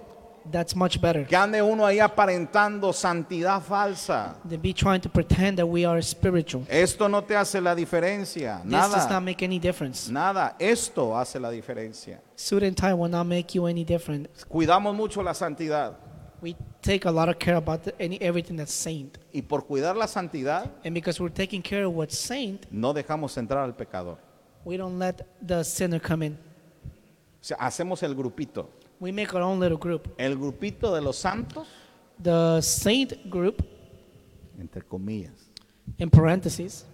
That's much better
Que ande uno ahí aparentando santidad falsa.
than be trying to pretend that we are spiritual.
Esto no te hace la diferencia.
This does not
Nada.
make any difference.
Nada. Esto hace la diferencia.
Suit and tie will not make you any different.
Cuidamos mucho la santidad.
We take a lot of care about the, any everything that's saint,
Y por cuidar la santidad,
and because we're taking care of what's saint,
no dejamos entrar al pecador.
we don't let the sinner come in.
O sea, hacemos el grupito.
We make our own little group.
El grupito de los santos,
The saint group,
entre comillas.
in parentheses,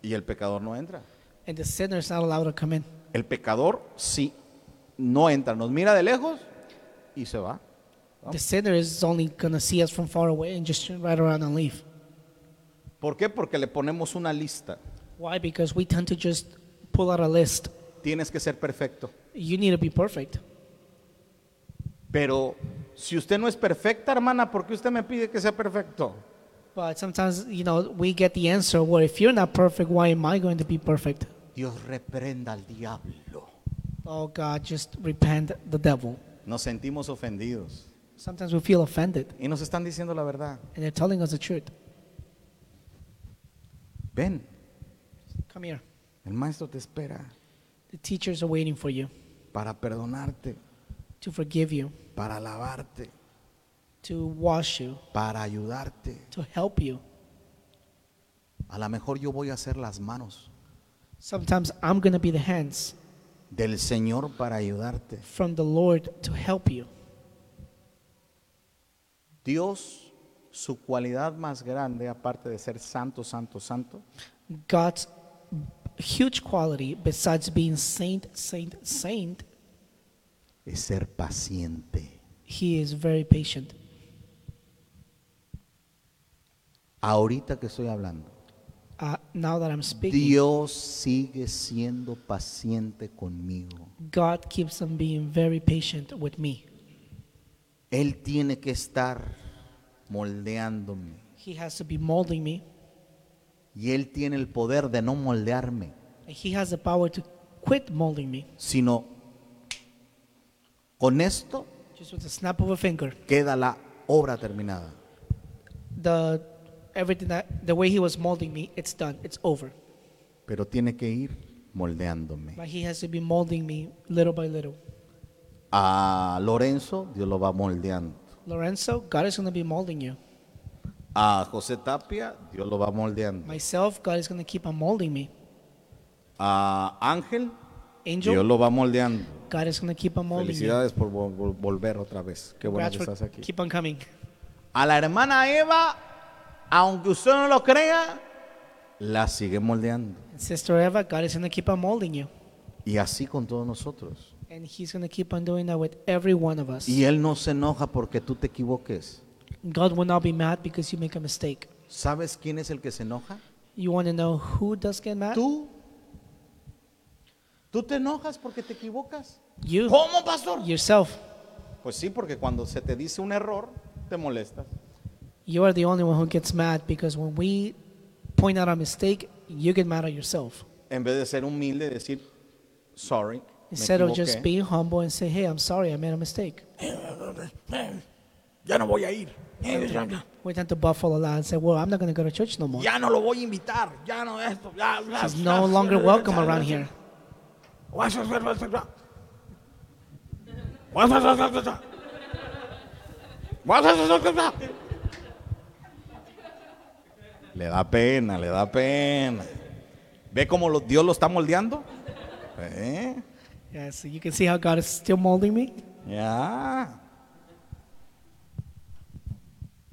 Y el pecador no entra.
and the sinner is not allowed to come in.
El pecador sí, no entra. Nos mira de lejos y se va. Oh.
The sinner is only going to see us from far away and just turn right around and leave.
¿Por qué? Porque le ponemos una lista.
Why? Because we tend to just pull out a list.
Tienes que ser perfecto.
You need to be perfect.
Pero si usted no es perfecta, hermana, ¿por qué usted me pide que sea perfecto?
But sometimes, you know, we get the answer, well, if you're not perfect, why am I going to be perfect?
Dios reprenda al diablo.
Oh God, just repent the devil.
Nos sentimos ofendidos
Sometimes we feel offended,
y nos están diciendo la verdad.
and they're telling us the truth.
Ven,
Come here.
el maestro te espera
The teachers are waiting for you
para perdonarte,
to forgive you,
para alabarte,
to wash you,
para ayudarte.
to help you.
A lo mejor yo voy a hacer las manos
Sometimes I'm going to be the hands
del Señor para ayudarte.
from the Lord to help you.
Dios, su cualidad más grande, aparte de ser santo, santo, santo,
God's huge quality, besides being saint, saint, saint,
es ser paciente.
he is very patient.
Ahorita que estoy hablando,
Uh, now that I'm speaking,
Dios sigue siendo paciente conmigo.
God keeps on being very patient with me.
Él tiene que estar moldeándome.
He has to be molding me,
Y Él tiene el poder de no moldearme,
and He has the power to quit molding me
sino con esto
just with a snap of a finger.
queda la obra terminada.
The everything that the way He was molding me, it's done, it's over.
Pero tiene que ir moldeándome.
But He has to be molding me little by little.
A Lorenzo, Dios lo va moldeando.
Lorenzo, God is going to be molding you.
A José Tapia, Dios lo va moldeando.
Myself, God is going to keep on molding me.
A Ángel, Dios
Angel,
lo va moldeando.
God is going to keep on molding you.
Felicidades por vol- vol- volver otra vez. Qué bueno que
Bradford,
estás aquí.
Keep on coming.
A la hermana Eva, aunque usted no lo crea, la sigue moldeando.
Sister Eva, God is going to keep on molding you.
Y así con todos nosotros.
And He's going to keep on doing that with every one of us.
Y Él no se enoja porque tú te equivoques.
God will not be mad because you make a mistake.
¿Sabes quién es el que se enoja?
You want to know who does get mad?
Tú. Tú te enojas porque te equivocas.
You,
¿Cómo, pastor?
yourself.
Pues sí, porque cuando se te dice un error, te molestas.
You are the only one who gets mad because when we point out a mistake, you get mad at yourself.
En vez de ser humilde y decir, sorry. me
Instead of just
equivoqué,
being humble and say, hey, I'm sorry, I made a mistake.
Ya no voy a ir.
We tend to buffalo a lot and say, well, I'm not going to go to church no more.
Ya no lo voy a invitar. Ya no esto. Ya, bla,
She's
bla,
no
bla,
longer
bla,
welcome
bla,
around
bla,
here.
Le da pena, le da pena. ¿Ve cómo lo- Dios lo está moldeando? ¿Eh?
Yeah, so you can see how God is still molding me.
Ya.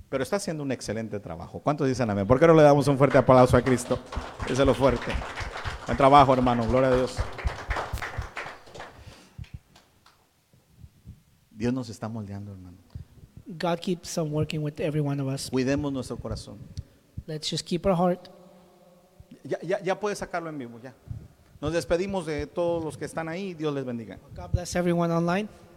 Pero está haciendo un excelente trabajo. ¿Cuántos dicen amén? ¿Por qué no le damos un fuerte aplauso a Cristo? Díselo fuerte. Buen trabajo, hermano. Gloria a Dios. Dios nos está moldeando, hermano.
God keeps on working with every one of us.
Cuidemos nuestro corazón.
Let's just keep our heart.
Ya, ya, ya puedes sacarlo en vivo, ya. Nos despedimos de todos los que están ahí. Dios les bendiga.
God bless everyone online.